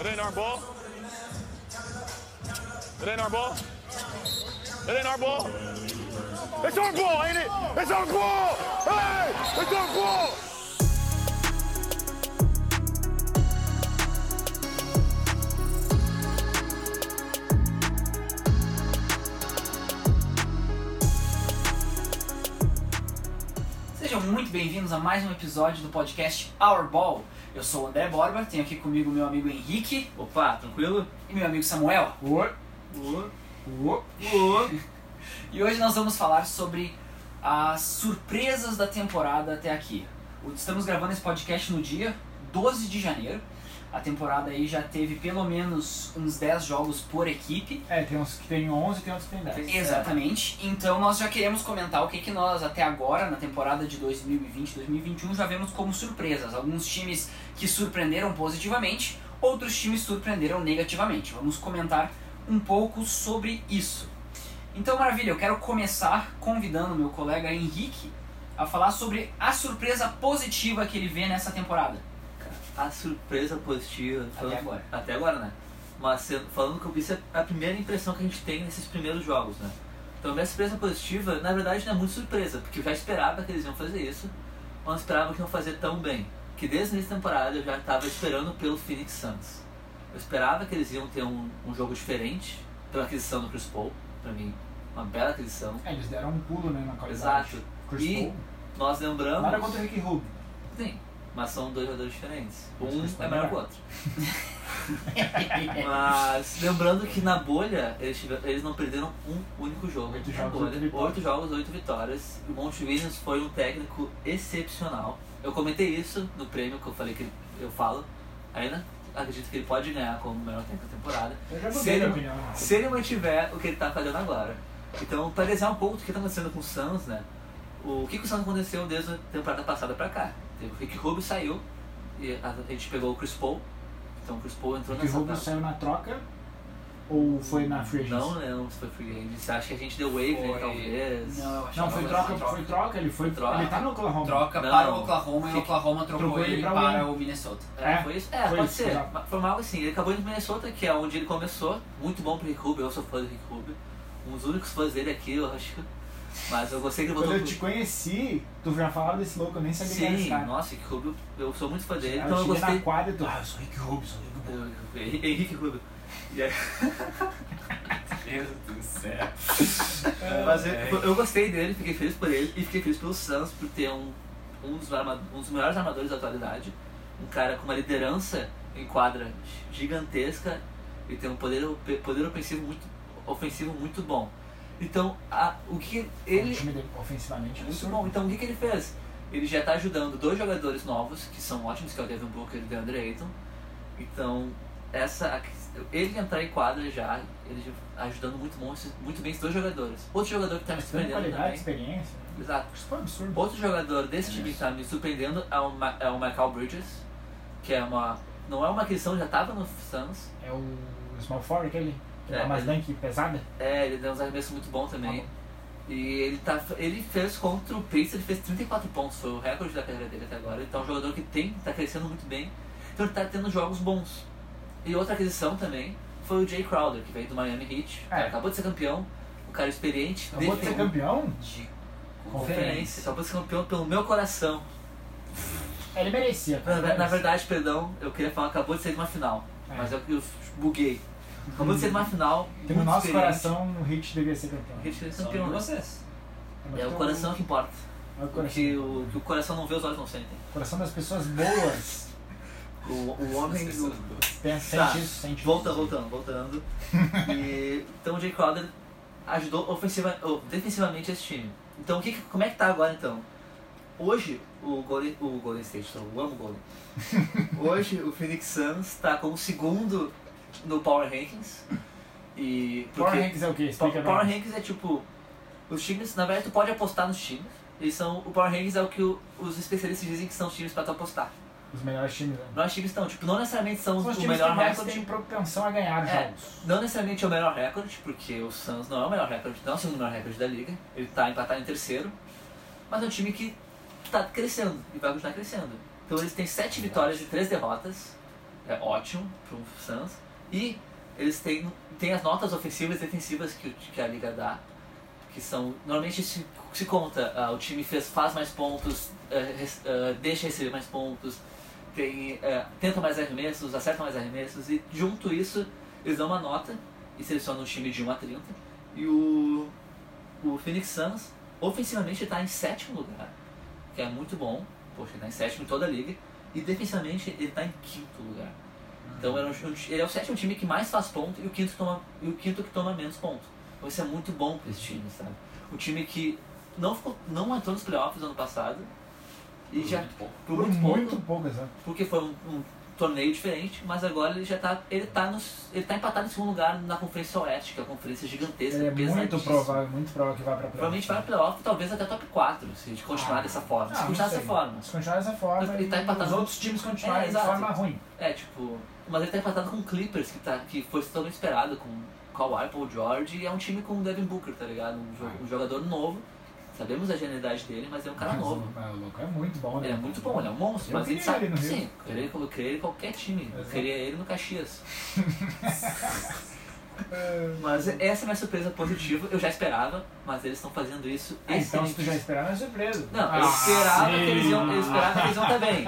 It ain't our ball. It ain't our ball. It ain't our ball. It's our ball, ain't it? It's our ball. Hey, it's our ball. Sejam muito bem-vindos a mais um episódio do podcast Our Ball. Eu sou o André Borba, tenho aqui comigo meu amigo Henrique Opa, tranquilo? e meu amigo Samuel. E hoje nós vamos falar sobre as surpresas da temporada até aqui. O- Estamos gravando esse podcast no dia 12 de janeiro. A temporada aí já teve pelo menos uns 10 jogos por equipe. É, tem uns que tem 11 e tem outros que tem 10. Exatamente. Então nós já queremos comentar o que, que nós até agora, na temporada de 2020 2021, já vemos como surpresas. Alguns times que surpreenderam positivamente, outros times surpreenderam negativamente. Vamos comentar um pouco sobre isso. Então, maravilha, eu quero começar convidando meu colega Henrique a falar sobre a surpresa positiva que ele vê nessa temporada, A surpresa positiva. até agora. Até agora, né? Mas sendo- falando que isso é a primeira impressão que a gente tem nesses primeiros jogos, né? Então minha surpresa positiva, na verdade, não é muito surpresa, porque eu já esperava que eles iam fazer isso, mas não esperava que iam fazer tão bem. Que desde essa temporada eu já estava esperando pelo Phoenix Suns. Eu esperava que eles iam ter um, um jogo diferente pela aquisição do Chris Paul, pra mim, uma bela aquisição. É, eles deram um pulo, né, na qualidade. Exato. Chris E- Paul. Nós lembramos. Nada contra o Ricky Rubio. Sim, mas são dois jogadores diferentes. Mas Um Chris Paul é é melhor que o outro. Mas lembrando que na bolha eles, tiveram- eles não perderam um único jogo. Oito na jogos, bolha. oito vitórias. Oito jogos, oito vitórias. O Monte Williams foi um técnico excepcional. Eu comentei isso no prêmio que eu falei que eu falo. Ainda acredito que ele pode ganhar como melhor técnico da temporada. Eu já Se mudei ele- minha opinião. né? Se ele mantiver o que ele tá fazendo agora. Então, para desenhar um pouco do que tá acontecendo com o Suns, né? O que, que o Suns aconteceu desde a temporada passada pra cá? O Rick Rubio saiu, e a, a gente pegou o Chris Paul. Então o Chris Paul entrou Ricky nessa Rubio etapa. saiu na troca ou foi na free agency? Não, né? Não foi free agent. Acho que a gente deu wave, né, Foi. talvez. Não, eu acho Não, que foi não troca, foi troca. foi troca, ele foi, Troca. ele tá no Oklahoma. Troca Não. para o Oklahoma e o Oklahoma trocou, Trocou ele ele pra para Win. o Minnesota. É, É, foi isso? É, foi pode isso, ser. exato. Mas Foi mal assim. Ele acabou indo pro Minnesota, que é onde ele começou. Muito bom pro Rick Rubio, eu sou fã do Rick Rubio. Um dos únicos fãs dele aqui, eu acho. Mas eu gostei que ele Quando botou eu te conheci, tu já falava desse louco, eu nem sabia quem era esse Sim, Tá cara. É nossa, Rick Rubio, eu sou muito fã dele, Aí então eu eu cheguei gostei. na quadra e tu, ah, eu sou Rick Rubio, sou Rick Rubio. Eu- Hen- Henrique Rubio. E aí- Meu Deus do céu. É, É. Mas eu, eu gostei dele, fiquei feliz por ele e fiquei feliz pelo Suns por ter um, um, dos, arma- um dos melhores armadores da atualidade, um cara com uma liderança em quadra gigantesca e tem um poder, op- poder ofensivo, muito, ofensivo muito bom. Então, a- o que O ele time dele, ofensivamente, É é Muito absurdo. bom. Então o que, que ele fez? Ele já está ajudando dois jogadores novos, que são ótimos, que é o Devin Booker e o DeAndre Ayton. Então, essa, ele entrar em quadra já, ele já tá ajudando muito, bom, esses- muito bem esses dois jogadores. Outro jogador que está me Tanta surpreendendo qualidade, também. experiência. Exato. Isso foi um absurdo. Outro jogador desse time que está me surpreendendo é o, Ma- é o Michael Bridges, que é uma. Não é uma aquisição, já estava no Suns. É o Small Forward aquele, que É, dá umas ele- dunk pesada. É, ele deu uns arremessos muito bom Tá também. E ele, tá, ele fez contra o Pacers, ele fez 34 pontos, foi o recorde da carreira dele até agora. Então é um jogador que tem, tá crescendo muito bem, então ele tá tendo jogos bons. E outra aquisição também foi o Jay Crowder, que veio do Miami Heat, É. acabou de ser campeão, um cara experiente, Eu vou ser defensivo, campeão? De conferência, acabou de ser campeão pelo meu coração. Ele merecia. Na, cara, na merecia. verdade, perdão, eu queria falar, acabou de ser de uma final, É. mas eu, eu buguei. Acabou de ser de uma final, Que no é muito nosso experiente. coração o Hit devia ser campeão. Heat fez Só campeão, de né? vocês. É o coração que importa. um- É o coração. Porque o, que o coração não vê, os olhos não sentem. O coração das pessoas boas. O, o homem. Vocês são o- dois. Pensa, Tá. sente isso, sente Volta, isso. voltando, voltando. E, então o Jay Crowder ajudou ofensiva, oh, defensivamente esse time. Então o que, que- como é que tá agora então? Hoje o Golden, o Golden State, então, eu amo o Golden. Hoje o Phoenix Suns tá como segundo no Power Rankings. E Power porque- Rankings é o quê? Pa- Explica Power, pra nós. Rankings é tipo. Os times, na verdade, tu pode apostar nos times. Eles são, o Power Rankings é o que o- os especialistas dizem que são os times pra tu apostar. Os melhores times, né? Nós times estão, tipo, não necessariamente são, São os o times melhor que mais recorde. têm propensão a ganhar É. jogos. Não necessariamente é o melhor recorde, porque o Suns não é o melhor recorde, não é o segundo melhor recorde da liga. Ele tá empatado em terceiro. Mas é um time que tá crescendo e vai continuar crescendo. Então eles têm sete vitórias e três derrotas. é ótimo para um Suns. E eles têm, têm as notas ofensivas e defensivas que, o- que a liga dá, que são normalmente se, se conta ah, o time fez faz mais pontos, eh, res- ah, deixa receber mais pontos, tem, eh, tenta mais arremessos, acerta mais arremessos e junto isso eles dão uma nota e selecionam um time de 1 a 30 e o o Phoenix Suns ofensivamente está em sétimo lugar, que é muito bom, poxa, está em sétimo em toda a liga, e defensivamente ele está em quinto lugar. Então ele é, um ti- ele é o sétimo time que mais faz ponto e o quinto, toma, e o quinto que toma menos ponto. Então isso é muito bom para esse time, sabe? O time que não, ficou, não entrou nos playoffs ano passado e já Muito pouco. por muito pouco, pouco, exato. porque foi um, um torneio diferente, mas agora ele já tá. Ele tá, nos, ele tá empatado em segundo lugar na Conferência Oeste, que é uma conferência gigantesca, Ele é muito pesadíssima. provável, muito provável que vá pra playoff. Provavelmente vai pro playoff, talvez até top 4, se a gente continuar Ah. dessa forma. se Ah, continuar não sei. dessa forma. Se continuar dessa forma, Ele tá e empatado. os outros times É, continuarem de exato. forma ruim. É, tipo. Mas ele tá empatado com o Clippers, que, tá, que foi totalmente esperado, com o Kawhi, Paul George, e é um time com o Devin Booker, tá ligado? Um, jo- um jogador novo. Sabemos a genialidade dele, mas é um cara Ah. Mas novo. o- mas o Luka é muito bom, né? Ele é muito bom, ele é um monstro, Eu mas ele queria sabe. ele no Rio. Sim, eu queria, eu queria ele em qualquer time. Eu Exato. queria ele no Caxias. É. Mas essa é a minha surpresa positiva, eu já esperava, mas eles estão fazendo isso Ah, então se tu já excelentemente. esperava, é surpresa. um Não, eu Ah, esperava que eles iam, sim. eu esperava que eles iam também.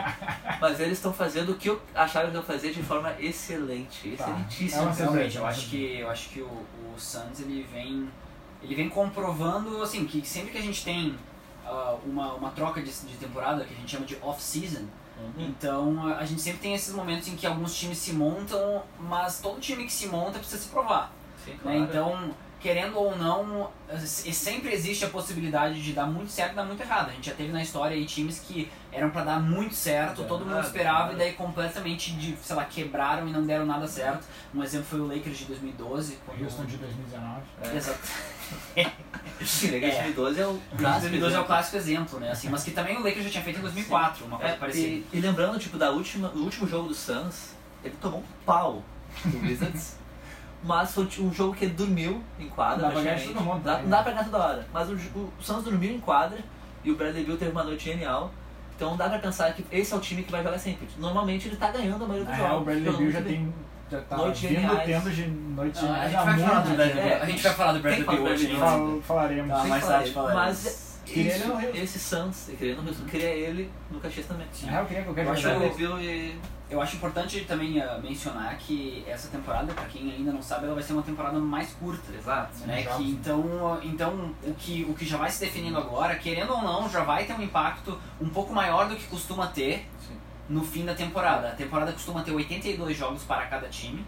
Mas eles estão fazendo o que eu achava que iam fazer de forma excelente, Tá. excelentíssima. É uma Realmente, surpresa. eu acho que eu acho que o, o Suns ele vem ele vem comprovando assim que sempre que a gente tem ah, uma, uma troca de, de temporada que a gente chama de off season, Uhum. então a, a gente sempre tem esses momentos em que alguns times se montam, mas todo time que se monta precisa se provar. É, Sim, né? claro. Então, querendo ou não, e sempre existe a possibilidade de dar muito certo e dar muito errado. A gente já teve na história aí times que eram pra dar muito certo, todo mundo Errado, esperava né? e daí completamente, de, sei lá, quebraram e não deram nada certo. Um exemplo foi o Lakers de 2012, quando Houston de 2019. É. Exato. Sim, legal, É. 2012 é o Mas clássico. 2012 é o clássico exemplo, né? Assim, mas que também o Lakers já tinha feito em 2004, uma coisa É, parecida. e, e lembrando, tipo, da última, do último jogo do Suns, ele tomou um pau do Wizards. mas foi um jogo que ele dormiu em quadra. Dá pra ganhar de praticamente. todo mundo Dá, também, dá né? pra ganhar toda hora. Mas o, o Suns dormiu em quadra e o Bradley Bill teve uma noite genial. Então dá pra pensar que esse é o time que vai jogar sempre. Normalmente ele tá ganhando a maioria Na dos real, jogos. o Então, Bradley jogando Bill muito já bem. tem. Já tá Noites vindo geniais. tendo de noites Ah, a geniais gente há vai falar do muito tempo. Bradley Beal. né? É, A gente vai falar do Bradley Tem que Beal falar do hoje Bradley ainda. né? Fal- Falaremos. Tá, mais tarde falaremos. Mas Queria ele é no esse, Houston. esse Suns, eu queria no Houston, eu queria ele no Caxias também. Na real, É, eu queria qualquer Eu acho jogador. que Bradley Bill e Eu acho importante também eh, mencionar que essa temporada, pra quem ainda não sabe, ela vai ser uma temporada mais curta. Exato. né, Jogos, que né? então, então o, que, o que já vai se definindo agora, querendo ou não, já vai ter um impacto um pouco maior do que costuma ter Sim. no fim da temporada. A temporada costuma ter 82 jogos para cada time,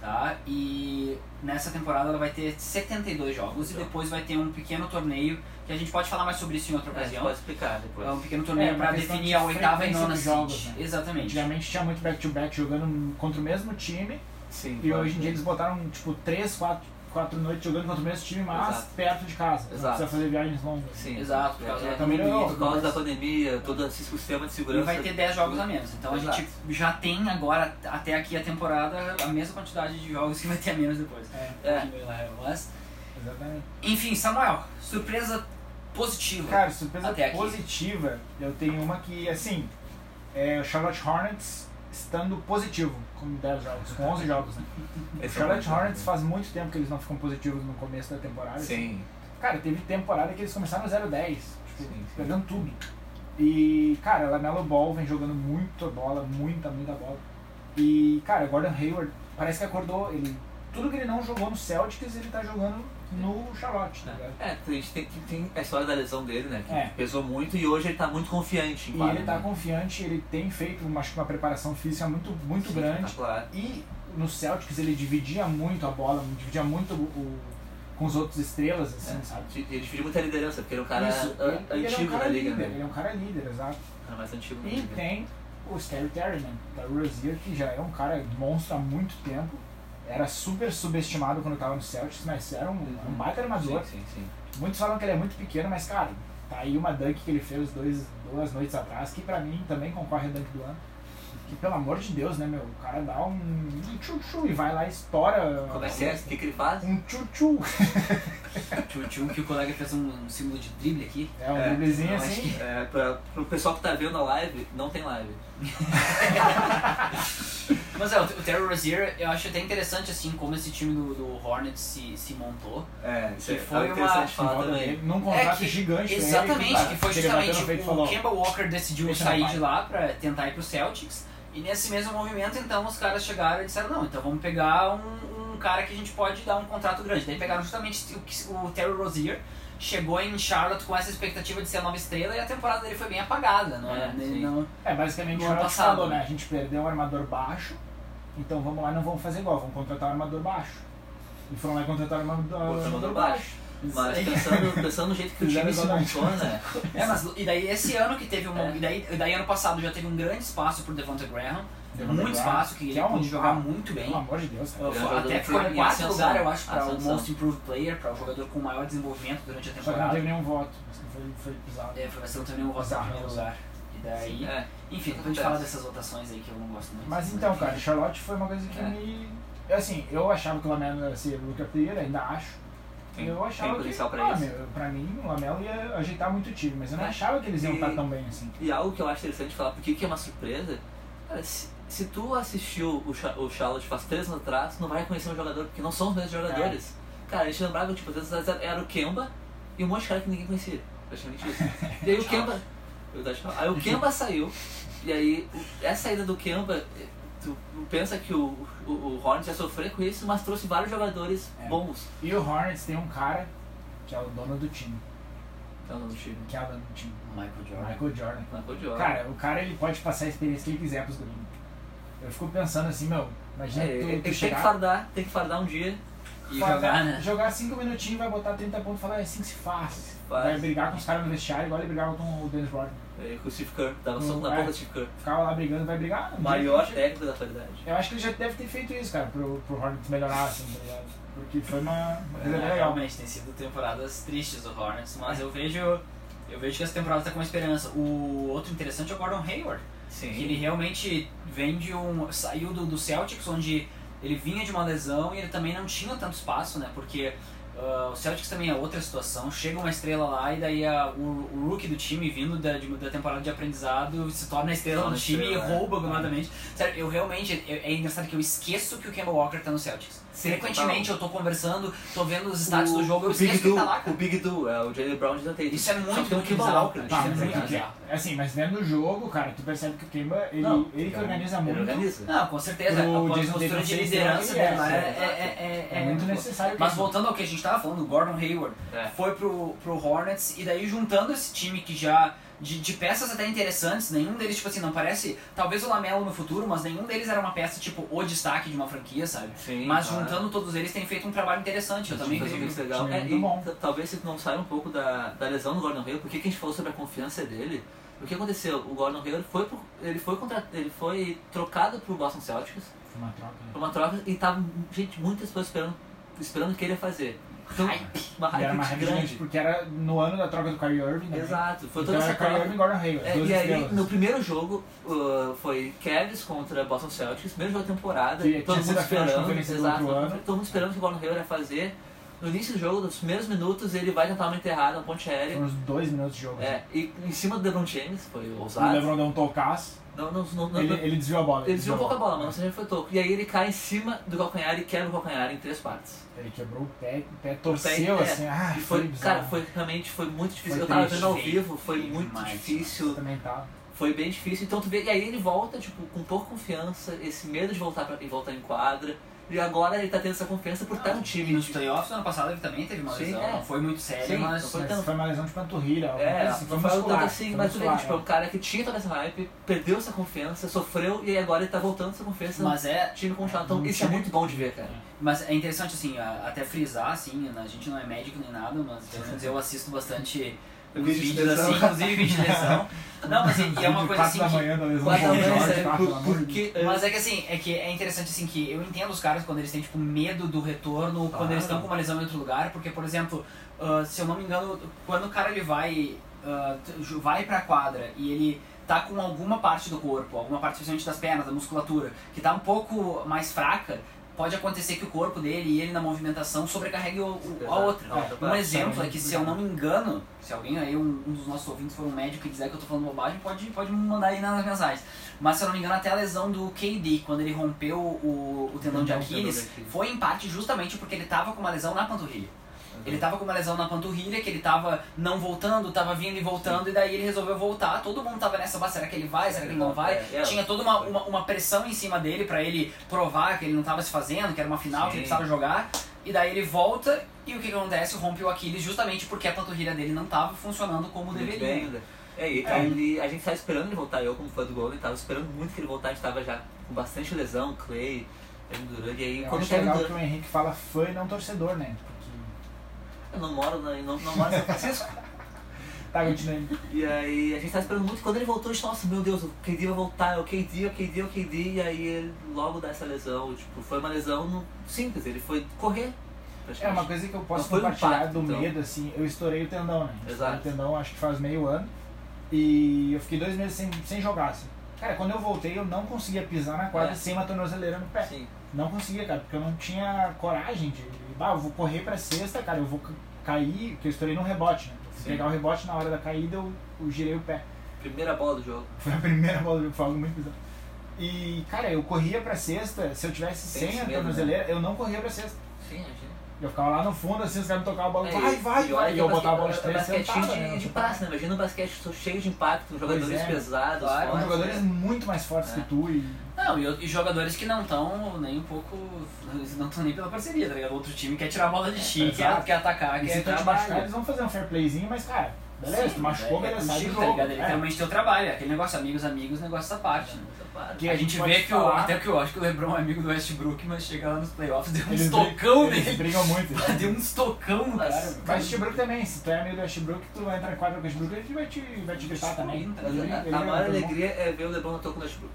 tá? E nessa temporada ela vai ter 72 jogos e Legal. depois vai ter um pequeno torneio, que a gente pode falar mais sobre isso em outra É, A gente ocasião. pode explicar depois. É um pequeno torneio É, uma para questão de definir a oitava e frequência nona dos jogos, seed. né? Exatamente. Antigamente tinha muito back-to-back jogando contra o mesmo time. Sim. E pode. hoje em dia eles botaram, tipo, três, quatro, quatro noites jogando contra o mesmo time, mas Exato. perto de casa. Não Exato. precisa fazer viagens longas. Sim. Exato, por É, causa da é, pandemia. e Por causa da pandemia, todo esse sistema de E segurança. vai ter 10 jogos a menos. Então a Exato. gente já tem agora, até aqui a temporada, a mesma quantidade de jogos que vai ter a menos depois. É, Um pouquinho lá, Mas, exatamente. enfim, Samuel, surpresa positiva. Cara, surpresa Até aqui. positiva, eu tenho uma que, assim, é o Charlotte Hornets estando positivo com 10 jogos, com 11 jogos, né? O Esse é o Charlotte ponto. Hornets faz muito tempo que eles não ficam positivos no começo da temporada. assim. Sim. Cara, teve temporada que eles começaram 0-10, tipo, Sim, sim. perdendo tudo. E, cara, Lamelo Ball vem jogando muita bola, muita, muita bola. E, cara, Gordon Hayward parece que acordou, ele... Tudo que ele não jogou no Celtics, ele tá jogando no Charlotte, tá ligado? É, a gente tem, tem, tem a história da lesão dele, né? Que É. pesou muito e hoje ele tá muito confiante em E quadra, ele tá né? confiante, ele tem feito uma, acho que uma preparação física muito, muito Sim, grande. Tá claro. E no Celtics ele dividia muito a bola, dividia muito o, o- com os outros estrelas, assim, sabe? Ele ele divide muita liderança, porque ele é um É. cara Isso, ah, ele, ele é um antigo cara na liga, líder, ele né? Um Uhum. é um cara líder, exato. Cara mais antigo na E liga. tem o Scary Terry, né? Da Rozier, que já é um cara monstro há muito tempo. Era super subestimado quando tava no Celtics, mas era um, um baita armador. Sim, sim, sim. Muitos falam que ele é muito pequeno, mas cara, tá aí uma dunk que ele fez dois, duas noites atrás, que pra mim também concorre a dunk do ano. Que pelo amor de Deus, né, meu? O cara dá um, um tchu-tchu e vai lá e estoura. Como é que é? O que, que ele faz? Um tchu-tchu. Tinha- Tinha um que o colega fez um, um símbolo de drible aqui. É um É, driblezinho eu acho assim. que- É, pra, pro pessoal que tá vendo a live, não tem live. Mas é, o o Terry Rozier, eu acho até interessante, assim, como esse time do, do Hornets se, se montou. É, isso Que é foi é uma interessante fala falar também. Num É contrato que, gigante. né? exatamente, Ele- que foi ele bateu no justamente peito e o falou, Kemba Walker decidiu Deixa sair na de lá pra tentar ir pro Celtics. E nesse mesmo movimento, então, os caras chegaram e disseram, não, então vamos pegar um, um cara que a gente pode dar um contrato grande. Daí pegaram justamente o, que- o Terry Rozier, chegou em Charlotte com essa expectativa de ser a nova estrela e a temporada dele foi bem apagada, não é? É, sim. Não- É, basicamente No o ano Charlotte passado, falou, né? né? A gente perdeu um armador baixo, então vamos lá, não vamos fazer igual, vamos contratar um armador baixo. E foram lá e contrataram um armador, Botou no armador baixo. Mas pensando, pensando no jeito que o Fizeram time se igualmente. montou, né? É, mas e daí esse ano que teve um. É. E daí, e daí ano passado já teve um grande espaço pro Devonta Graham. Devonta muito Graham, espaço, que, que ele é um- pôde jogar muito bem. Pelo amor de Deus, cara. um jogador Até que ficou em tem quarto ascensão, lugar, eu acho, para o ascensão. Most Improved Player, para o jogador com maior desenvolvimento durante a Só que não temporada. teve nenhum voto. Isso Foi, foi pisado. É, foi vai ser um torneio votar em primeiro lugar. E daí. É, Enfim, depois a gente fala dessas votações aí que eu não gosto muito. Mas então, cara, Charlotte foi uma coisa que É. me. Assim, eu achava que o Lamelo ia ser Luca Player, ainda acho. Tem- eu achava tem que, potencial pra ah, isso. meu, pra mim, o Lamelo ia ajeitar muito o time, mas eu não É. achava que eles iam E- estar tão bem assim. E algo que eu acho interessante falar, porque que é uma surpresa, cara, se, se tu assistiu o, Cha- o Charlotte faz três anos atrás, tu não vai reconhecer um jogador, porque não são os mesmos É. jogadores. Cara, a gente lembrava, tipo, às vezes era- era o Kemba e um monte de cara que ninguém conhecia. Praticamente isso. E aí o Kemba. eu tava te falando, Aí o Kemba saiu, e aí o- essa saída do Kemba, eh, tu pensa que o, o, o Hornets ia sofrer com isso, mas trouxe vários jogadores É. bons E o Hornets tem um cara que é o dono do time, então, no time. que é o dono do time, Michael o Jordan. Michael Jordan. Marcou de hora. É, Cara, o cara ele pode passar a experiência que ele quiser pros guris. Eu fico pensando assim, meu, imagina É, tu, ele tu tem que chegar, fardar, tem que fardar um dia. E fala- jogar, né? jogar cinco minutinhos, vai botar 30 pontos e falar, é assim que se faz. Faz. Vai brigar com os caras no vestiário, igual ele brigava com o Dennis Rodman. É, com o Steve Kerr, dava soco na É. boca do Steve Kerr. Ficava lá brigando, vai brigar. um dia Maior que ele- técnico da atualidade. Eu acho que ele já deve ter feito isso, cara, pro, pro Hornets melhorar, assim, tá ligado? Porque foi uma, É, uma coisa bem legal. Realmente, é tem sido temporadas tristes do Hornets, mas eu vejo. Eu vejo que essa temporada tá com uma esperança. O outro interessante é o Gordon Hayward. Sim. que Ele realmente vem de um. saiu do, do Celtics, onde ele vinha de uma lesão e ele também não tinha tanto espaço, né? Porque ah, o Celtics também é outra situação. Chega uma estrela lá e daí a- o, o rookie do time, vindo da, de- da temporada de aprendizado, se torna a estrela Torna do time estrela, e né? rouba completamente. Sério, eu realmente. eu- é engraçado que eu esqueço que o Kemba Walker tá no Celtics. Sim, Frequentemente eu tô conversando, tô vendo os stats O- do jogo, eu o Big esqueço que Do, ele tá lá, o cara. Big Do, é o Jalen Brown de Tatum. Isso é Só muito que tem um o Kimball bizarro, Walker, Tá, cara. mas isso é é muito que bizarro. é- assim, mas dentro do jogo, cara, tu percebe que o Kemba, ele, Não, ele que organiza Ele muito. organiza. Ah, Não, com certeza. O a Jason postura Tatum de fez liderança também, dele lá é, é, é, é, É muito necessário. Mas que- voltando ao que a gente tava falando, o Gordon Hayward É. foi pro, pro Hornets e daí juntando esse time que já. De, de peças até interessantes, nenhum deles, tipo assim, não parece. Talvez o Lamelo no futuro, mas nenhum deles era uma peça, tipo, o destaque de uma franquia, sabe? Sim, mas claro. juntando todos eles tem feito um trabalho interessante. Eu também Fez um vejo. mix legal. time É, muito e bom. ta- talvez se tu não saia um pouco da, da lesão do Gordon Hayward, porque que a gente falou sobre a confiança dele, o que aconteceu? O Gordon Hayward foi, pro- ele foi, contra, ele foi trocado pro Boston Celtics, Foi uma troca. né? Foi uma troca e tava, gente, muitas pessoas esperando, esperando o que ele ia fazer. Então, uma E era uma hype hype gigante, grande. porque era no ano da troca do Kyrie Irving, né? Exato, foi Então toda era essa Kyrie troca. Irving e Gordon Hayward, É, duas e aí, estrelas. no primeiro jogo, uh, foi Cavs contra Boston Celtics, primeiro jogo da temporada, Que tinha todo sido mundo a final de esperando, conferência do exato, outro ano. todo mundo esperando o que o Gordon Hayward ia fazer. No início do jogo, nos primeiros minutos, ele vai tentar uma enterrada, um ponte aérea, Foram uns dois minutos de jogo. assim. é, e em cima do LeBron James, foi O ousado. LeBron deu um tocaço, Não, não, não, não, ele, ele desviou a bola. ele desviou um pouco a bola, mas não mas... sei se foi toco. E aí ele cai em cima do calcanhar e quebra o calcanhar em três partes. Ele quebrou o pé, o pé torceu, é. assim, ah, E foi, foi, bizarro. cara, foi realmente foi muito difícil. Foi eu tava triste, vendo ao feio, vivo, foi feio muito demais, difícil, Também tá. foi bem difícil. Então tu vê, e aí ele volta, tipo, com pouca confiança, esse medo de voltar para voltar em quadra. E agora ele tá tendo essa confiança por estar no E time. nos tipo, playoffs do ano passado ele também teve uma Sim, lesão. é. Não foi muito séria, Sim, mas. não foi Mas tanto. foi uma lesão de panturrilha, alguma É, coisa assim, foi foi falando muscular. tanto assim, foi mas tu vê que muscular, tipo, é um cara que tinha toda essa hype, perdeu essa confiança, sofreu e agora ele tá voltando essa confiança Mas é, no time com o Charlotte. Então No isso é time. muito bom de ver, cara. Mas é interessante, assim, a- até frisar, assim, a gente não é médico nem nada, mas pelo menos eu assisto bastante os Vídeo de vídeos assim, lesão. inclusive vídeo de lesão. Não, mas assim, e é uma Vídeo coisa assim. quatro da que- manhã da lesão Mas de Paul também, George, sério, tá, por- pelo amor de Deus. porque. Mas é que assim, é que é interessante assim que eu entendo os caras quando eles têm tipo medo do retorno, ou quando Claro. eles estão com uma lesão em outro lugar, porque por exemplo, ah, se eu não me engano, quando o cara ele vai ah, t- ju- vai pra quadra e ele tá com alguma parte do corpo, alguma parte principalmente das pernas, da musculatura, que tá um pouco mais fraca, pode acontecer que o corpo dele e ele na movimentação sobrecarregue o, o- a outra. Exato. Um exemplo é que, se eu não me engano, se alguém aí, um, um dos nossos ouvintes for um médico e quiser que eu tô falando bobagem, pode, pode me mandar aí nas mensagens. Mas, se eu não me engano, até a lesão do KD, quando ele rompeu o, o tendão de Tendão, tendão de Aquiles, Aquiles. foi em parte justamente porque ele tava com uma lesão na panturrilha. Ele tava com uma lesão na panturrilha, que ele tava não voltando, tava vindo e voltando, e daí ele resolveu voltar. Todo mundo tava nessa, "Bah, será que ele vai? Será que ele não vai? É, é. Tinha toda uma, uma, uma pressão em cima dele pra ele provar que ele não tava se fazendo, que era uma final, que ele Sim. precisava jogar. E daí ele volta e o que, que acontece? Rompe o Aquiles justamente porque a panturrilha dele não tava funcionando como Muito deveria. bem ainda. É, e ele- a gente tava esperando ele voltar, eu como fã do Golden, tava esperando muito que ele voltar, a gente tava já com bastante lesão, Clay, Kevin Durant, e aí Eu quando o acho Kevin legal que Durant... o Henrique fala fã e não torcedor, né? Porque... Eu não moro, na- não, não moro em São Francisco. Tá continuando. E aí a gente tava esperando muito, quando ele voltou, a gente, nossa, meu Deus, o KD vai voltar, é o KD, é o KD, é o KD, e aí ele logo dá essa lesão, tipo, foi uma lesão no- simples, ele foi correr. É praticamente. uma coisa que eu posso Não foi um compartilhar impacto, do então. medo, assim, eu estourei o tendão, né? Eu estourei Exato. O tendão acho que faz meio ano. E eu fiquei dois meses sem, sem jogar, assim. Cara, quando eu voltei, eu não conseguia pisar na quadra É. sem uma tornozeleira no pé. Sim. Não conseguia, cara, porque eu não tinha coragem de. Bah, eu vou correr pra cesta, cara, eu vou ca- cair, porque eu estourei num rebote, né? Fui Sim. pegar o rebote na hora da caída, eu, eu girei o pé. Primeira bola do jogo. Foi a primeira bola do jogo, foi algo muito bizarro. E, cara, eu corria pra cesta, se eu tivesse sem Tem esse a medo, né? tornozeleira, eu não corria pra cesta. Sim, imagina. Eu ficava lá no fundo, assim, os caras me tocavam a bola, É, vai, e- vai, e olha vai. E que eu o basque- botava a bola de o três basquetinho sentada, de, né? de praça, né? Imagina um basquete cheio de impacto, um jogadores é. um pesados, Claro, Com fortes, jogadores né? muito mais fortes É. que tu e... Não, e, o- e jogadores que não estão nem um pouco. não estão nem pela parceria, tá ligado? Outro time quer tirar a bola de ti, quer, exato. quer atacar, E quer se tu te É, trabalho. machucar, eles vão fazer um fair playzinho, mas, cara, beleza, tu machucou, é, é beleza, sai do contigo, jogo. tá ligado? Ele É. realmente teu trabalho, é aquele negócio, amigos, amigos, negócio da parte. né? Claro. Que a gente pode vê que o, falar, até que eu acho que o Lebron é amigo do Westbrook, mas chega lá nos playoffs, deu um eles estocão brigam- Eles nele. brigam muito. né? Deu um estocão no Mas- cara. Mas o Westbrook também, se tu é amigo do Westbrook, tu entra em quadra com o Westbrook, ele vai te, vai te gritar também. Mas Mas Ele- a- ele a tá maior é muito bom. alegria é ver o LeBron no toco do Westbrook.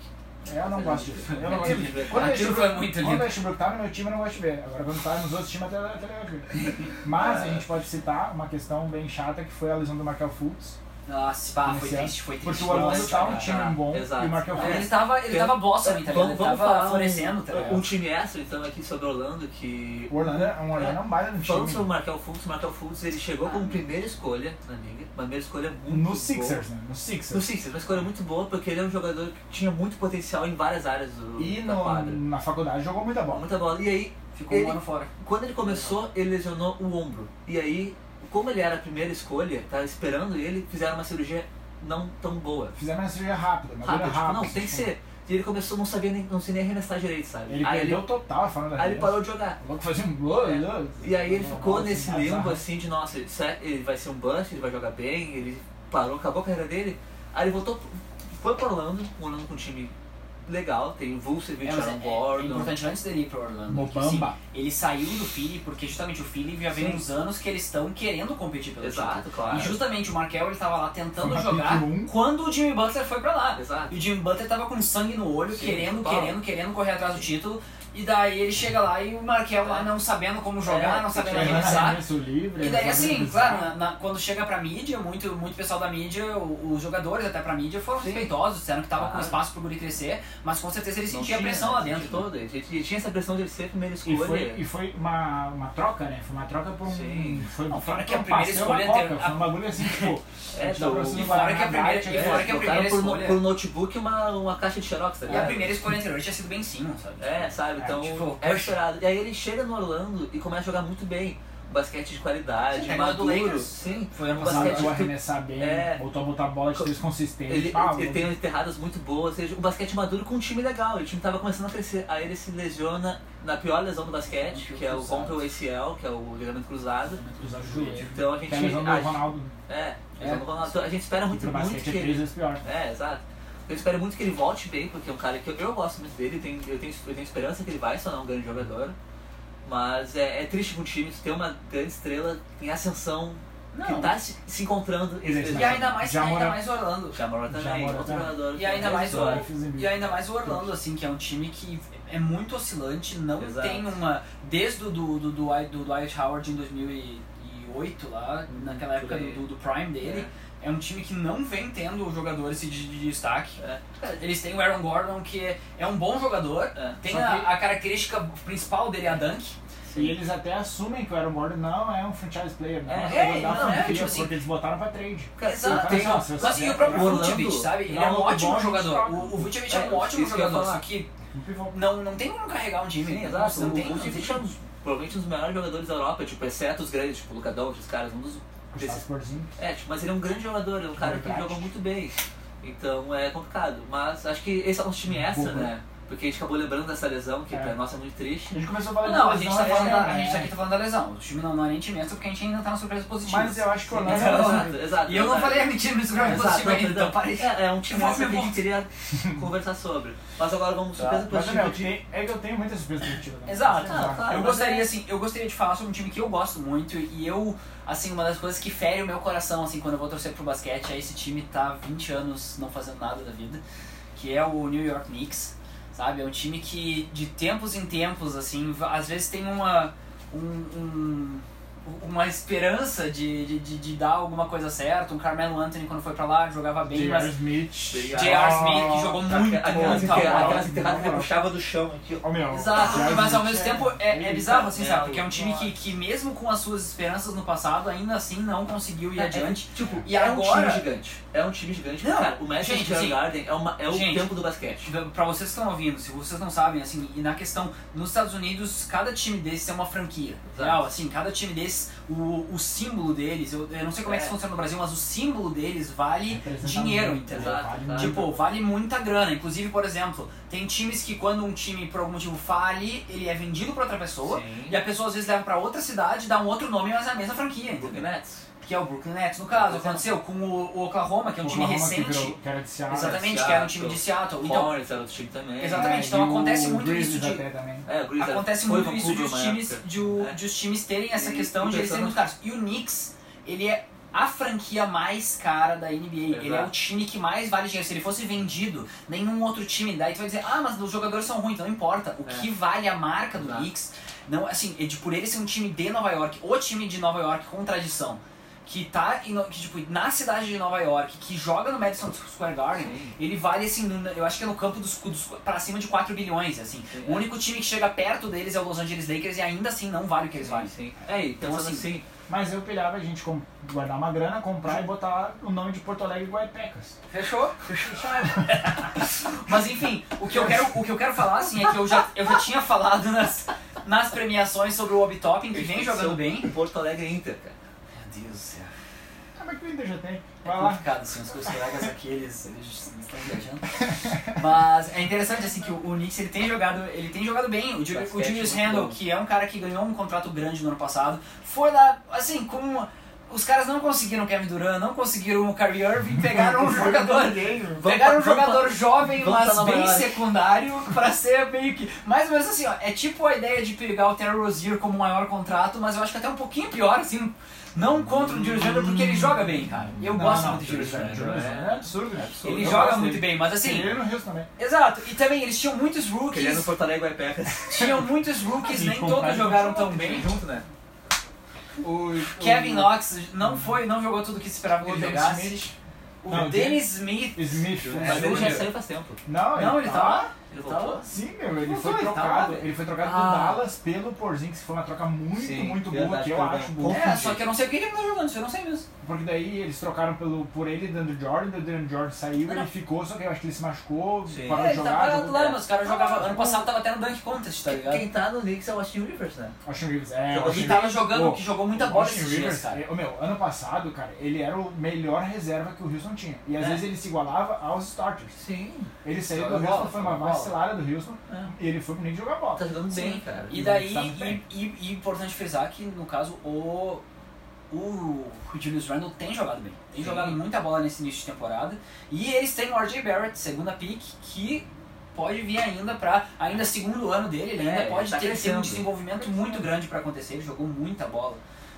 É, Eu não gosto disso. Eu não gosto disso. Aquilo Quando o Westbrook- foi muito lindo. Quando o Westbrook tá no meu time, eu não gosto de ver. Agora, quando tá nos outros times, até, até legal de ver. Mas a gente pode citar uma questão bem chata, que foi a lesão do Markel Fultz. Nossa, Ah, pá, foi Esse ano. triste, foi triste. Porque o Orlando nossa, tá um cara. time bom Exato. É. e o Markel Ah, Ele Fultz... tava, ele tava blossom, tá ligado? Ele Vamos, vamos tava falar florescendo, tá um, um ligado? time extra, então, aqui sobre o Orlando, que... O Orlando, é- o Orlando é um baita no Falando sobre o time. Markel Fultz, o Markel Fultz, ele chegou Ah, como primeira escolha na liga, uma primeira escolha muito No boa. Sixers, né? No Sixers. No Sixers, uma escolha muito boa, porque ele é um jogador que tinha muito potencial em várias áreas do, E da no- quadra. na faculdade jogou muita bola. Muita bola. E aí, Ficou ele- um ano fora. Quando ele começou, ele lesionou o ombro. E aí, como ele era a primeira escolha, tava esperando ele, fizeram uma cirurgia não tão boa. Fizeram uma cirurgia rápida, uma Rápido, rápida, tipo, rápida. assim. não, tem que ser. E ele começou, não sabia nem, não sei nem arremessar direito, sabe? Ele aí, perdeu ele, total a forma da aí ele parou de jogar. O louco fazia um blow, É. blow. E aí ele ficou Nossa, nesse bizarro. limbo assim de, nossa, será- ele vai ser um bust, ele vai jogar bem, ele parou, acabou a carreira dele. Aí ele voltou, foi pro Orlando, um Orlando com um time legal, tem o Vucevic, É, mas é- Aaron é Gordon, importante antes dele ir pro Orlando. Mobamba. assim, ele saiu do Philly porque justamente o Philly já vem Sim. uns anos que eles estão querendo competir pelo Exato, título. claro. E justamente o Markel ele tava lá tentando Uma jogar pick um. quando o Jimmy Butler foi pra lá. Exato. E o Jimmy Butler tava com sangue no olho, Sim, querendo, total. querendo, querendo correr atrás do título. E daí ele chega lá e o Markel lá não sabendo como jogar, É, não que sabendo tinha- organizar. Arremesso livre, E daí arremesso assim, livre. claro, na- na- quando chega pra mídia, muito, muito pessoal da mídia, o- os jogadores até pra mídia foram Sim. respeitosos, disseram que tava com Ah. Claro. espaço pro Guri crescer, mas com certeza ele Não sentia tinha, pressão lá tinha dentro. né? Toda. Ele, ele tinha essa pressão de ele ser a primeira E escolha. foi, e foi uma, uma troca, né? Foi uma troca por um. Sim. Foi, Não, foi fora um que a primeira passeio na escolha Copa, ter- Foi um bagulho assim, tipo. É, a gente dá pra do- você e no fora Guaraná que a primeira- Diet, e né? É, fora que a botaram primeira pro, no- escolha- pro notebook uma, uma caixa de xerox, tá E a ligado? primeira escolha anterior tinha sido bem sim, sabe? É, sabe? É, Então tipo, é esperado. E aí ele chega no Orlando e começa a jogar muito bem. Basquete de qualidade, Sim, pegou a do maduro. Lakers. Sim, Foi ano Basquete Sabe, passado. tu arremessar bem, É. voltou a botar bola de três consistente. ele, pá, ele tem enterradas muito boas. Ou seja, o basquete maduro com um time legal. E o time tava começando a crescer. Aí ele se lesiona na pior lesão do basquete, Cruzado. que é o contra o ACL, que é o ligamento cruzado. Usar o joelho. Então a gente. Tem a lesão do a- Ronaldo. É, lesão do Ronaldo. Então, a gente espera que muito, pro muito basquete que é ele. três vezes pior. É, exato. Eu espero muito que ele volte bem, porque é um cara que eu, eu gosto muito dele, eu tenho, eu, tenho, eu tenho esperança que ele vai se tornar um grande jogador. Mas é, é triste com o time, tu tem uma grande estrela em ascensão, Não. que tá se, se encontrando. Ele é E ainda mais, Já ainda mora- mais Orlando. Então, Jamora também, Jamoran outro também. jogador. E ainda mais o, o... eu fiz em mim. e ainda mais o Orlando, assim, que é um time que é muito oscilante, não Exato. tem uma. Desde o do, do, Hum, do, Dwight- do Dwight Howard em 2008 lá, naquela época do, do- do Prime dele, É um time que não vem tendo jogadores de, de destaque. É. Eles têm o Aaron Gordon, que é- é um bom jogador. É. Tem Só a, que- a característica principal dele, é a dunk. E eles até assumem que o Aaron Gordon não é um franchise player, não É, é, é, não, jogador da é, franquia, tipo assim- porque eles botaram pra trade. Cara, Exato. tem- Não, se você mas e quiser, o próprio o Orlando- Vucevic, sabe? Ele é Orlando um ótimo Bones, jogador. troca. O, o Vucevic é, É, um ótimo isso que eu ia jogador, falar. só que Um pivô. não, não tem como carregar um time. Sim, né? exato. Não O tem, não Vucevic tem. é um dos- provavelmente um dos melhores jogadores da Europa, tipo, exceto os grandes, tipo, o Luka Doncic, os caras, um dos... Gustavo desses- Sporzinho. É, tipo, mas ele é um grande jogador, ele é um cara que Verdade. joga muito bem. Então é complicado. Mas acho que esse é um time extra, Bobo. né? Porque a gente acabou lembrando dessa lesão, que É. pra nós é muito triste. A gente começou a falar Não, de a gente, lesão, tá falando é, da, a gente é. tá aqui tá falando da lesão. O time não, não é nem time extra porque a gente ainda tá na surpresa positiva. Então, Mas eu acho que o Orlando é um Exato, exato. E eu não Exato. falei a mentira no surpresa Exato, positiva ainda, não, então parei. É, é um time Eu vou extra que a me gente queria conversar sobre. Mas agora vamos surpresa Tá. Mas, positiva. Daniel, tem- é que eu tenho muita surpresa positiva. né? Exato. Ah, claro, eu mas gostaria é- assim, eu gostaria de falar sobre um time que eu gosto muito e eu, assim, uma das coisas que fere o meu coração assim quando eu vou torcer pro basquete é esse time tá 20 anos não fazendo nada da vida, que é o New York Knicks, sabe? É um time que de tempos em tempos assim, va- às vezes tem uma um, um- uma esperança de, de, de, de dar alguma coisa certa. Um Carmelo Anthony quando foi pra lá jogava bem, J.R. mas Smith. Obrigado. J.R. Smith que jogou Ah, muito, tá, Aquelas muito cara, enterra- mal. aquelas enterradas que Não, não. puxava do chão aqui, ó. Ó, meu, Exato, J.R. mas ao Smith mesmo tempo é, é bizarro, assim, merda. sabe? Porque é um time que, que mesmo com as suas esperanças no passado, ainda assim não conseguiu ir É, adiante. é, tipo, E é agora- um time gigante. É um time gigante. Não, cara, o Madison gente, Square assim, Garden é, uma- é o gente, tempo do basquete. Então, Pra vocês que estão ouvindo, se vocês não sabem, assim, e na questão, nos Estados Unidos, cada time desses é uma franquia. Exato. Real, assim, cada time desses, o, o símbolo deles, eu, eu não sei como é. que É. isso funciona no Brasil, mas o símbolo deles vale Representa dinheiro, muito, entendeu? exato, vale tá. muito. Tipo, vale muita grana. Inclusive, por exemplo, tem times que quando um time, por algum motivo, fale, ele é vendido pra outra pessoa. Sim. E a pessoa às vezes leva pra outra cidade, dá um outro nome, mas é a mesma franquia, entendeu? Brooklyn Nets. que é o Brooklyn Nets, no caso. Aconteceu com o, o Oklahoma, que é um time Oklahoma que recente. virou- que era de Seattle. Exatamente, Seattle. que era um time de Seattle. O Então, Hornets era do time também. Exato. exatamente, então É, e o acontece muito Grizzlies isso tipo- de- até também. É, o Grizzlies era- acontece foi muito o isso de os, Vancouver, times, uma época. de, o- É. de os times terem essa E questão de eles serem muito impressionante. caros. E o Knicks, ele é a franquia mais cara da NBA. Ele é Exato. o time que mais vale dinheiro. Se ele fosse vendido, nenhum outro time. Daí tu vai dizer, ah, mas os jogadores são ruins. Não importa. O É. que vale a marca do Exato. Knicks, não, assim, é de, por ele ser um time de Nova York, o time de Nova York com tradição. Que tá em no- que, tipo, na cidade de Nova York, que joga no Madison Square Garden, Sim. ele vale assim, no- eu acho que é no campo dos, dos para cima de 4 bilhões, assim. Sim. é. O único time que chega perto deles é o Los Angeles Lakers e ainda assim não vale o que eles valem. Sim. É, e pensando assim, assim, Mas eu pilhava a gente com- guardar uma grana, comprar e botar o nome de Porto Alegre Guaipecas. Fechou? Mas enfim, o que eu quero, o que eu quero falar assim é que eu já, eu já tinha falado nas, nas premiações sobre o Obi Toppin, que vem jogando bem. Porto Alegre e Inter, cara. Meu Deus do céu. Ah, mas que o Inter já tem. É Vai lá. complicado, assim, os meus colegas aqui, eles, eles, eles estão viajando. Mas é interessante, assim, que o, o Knicks, ele tem jogado, ele tem jogado bem. O, Ju- o Basquete Julius muito Randle, bom. que é um cara que ganhou um contrato grande no ano passado, foi lá, assim, com... Os caras não conseguiram o Kevin Durant, não conseguiram o Kyrie Irving, pegaram um jogador... Pegaram um pra- vamos jogador jovem, vamos pra mas Nova bem York. secundário, pra ser meio que. Mais ou menos assim, ó. É tipo a ideia de pegar o Terry Rozier como maior contrato, mas eu acho que até um pouquinho pior, assim. Não contra o Julius Randle, porque ele joga bem, cara. Eu Não, gosto não, muito do Julius Jordan, Randle. Randle. Jordan, é É absurdo. absurdo. Ele Eu joga gosto muito dele. bem, mas assim. Ele no Rio também. Exato, e também eles tinham muitos Ele é no rookies. Porto Alegre e Pecas. Tinham muitos rookies, E nem comprar todos ele jogaram com tão bem. Junto, né? O, Kevin o- Knox não foi, não jogou tudo que se esperava que O ele Dennis jogasse. Smith. O Não, Dennis Smith. Smith. né? Mas ele já Júnior. saiu faz tempo. Não, Não, ele tá lá? É, Ele Tá voltou. lá? Sim, meu, ele Não foi, foi, tá lá, trocado. velho. ele foi trocado Ah. do Dallas pelo Porzingis, que foi uma troca muito, Sim, muito boa, verdade, que eu verdade. acho boa. É, só que eu não sei por que ele não tá jogando, isso eu não sei mesmo. Porque daí eles trocaram pelo, por ele, Dando Jordan, o Dando Jordan saiu, Não. ele ficou, só que eu acho que ele se machucou, Sim. parou É, de ele tá jogar. parado jogou- lá, mas o cara jogava. Ano tipo- passado tava até no Dunk Contest, tá ligado? Quem tá no Knicks é o Austin Rivers, né? Austin Rivers, é, Jogou Austin Ele tava Rivers- jogando, Pô, que jogou muita o bola Austin esses Rivers, dias, cara. é, meu, ano passado, cara, ele era o melhor reserva que o Houston tinha. E às É. vezes ele se igualava aos starters. Sim. Ele saiu Joga do bola, Houston, foi uma joga bola. vacilada do Houston, É. e ele foi pro Knicks jogar bola. Tá jogando Sim. bem, cara. E daí, Sabe bem. e, e- e importante frisar que, no caso, o, o Julius Randle tem jogado bem. Tem Sim. jogado muita bola nesse início de temporada. E eles têm o RJ Barrett, segunda pick, que pode vir ainda pra. Ainda segundo ano dele, ele É, ainda ele pode tá ter, ter um crescendo. desenvolvimento muito grande pra acontecer. Ele jogou muita bola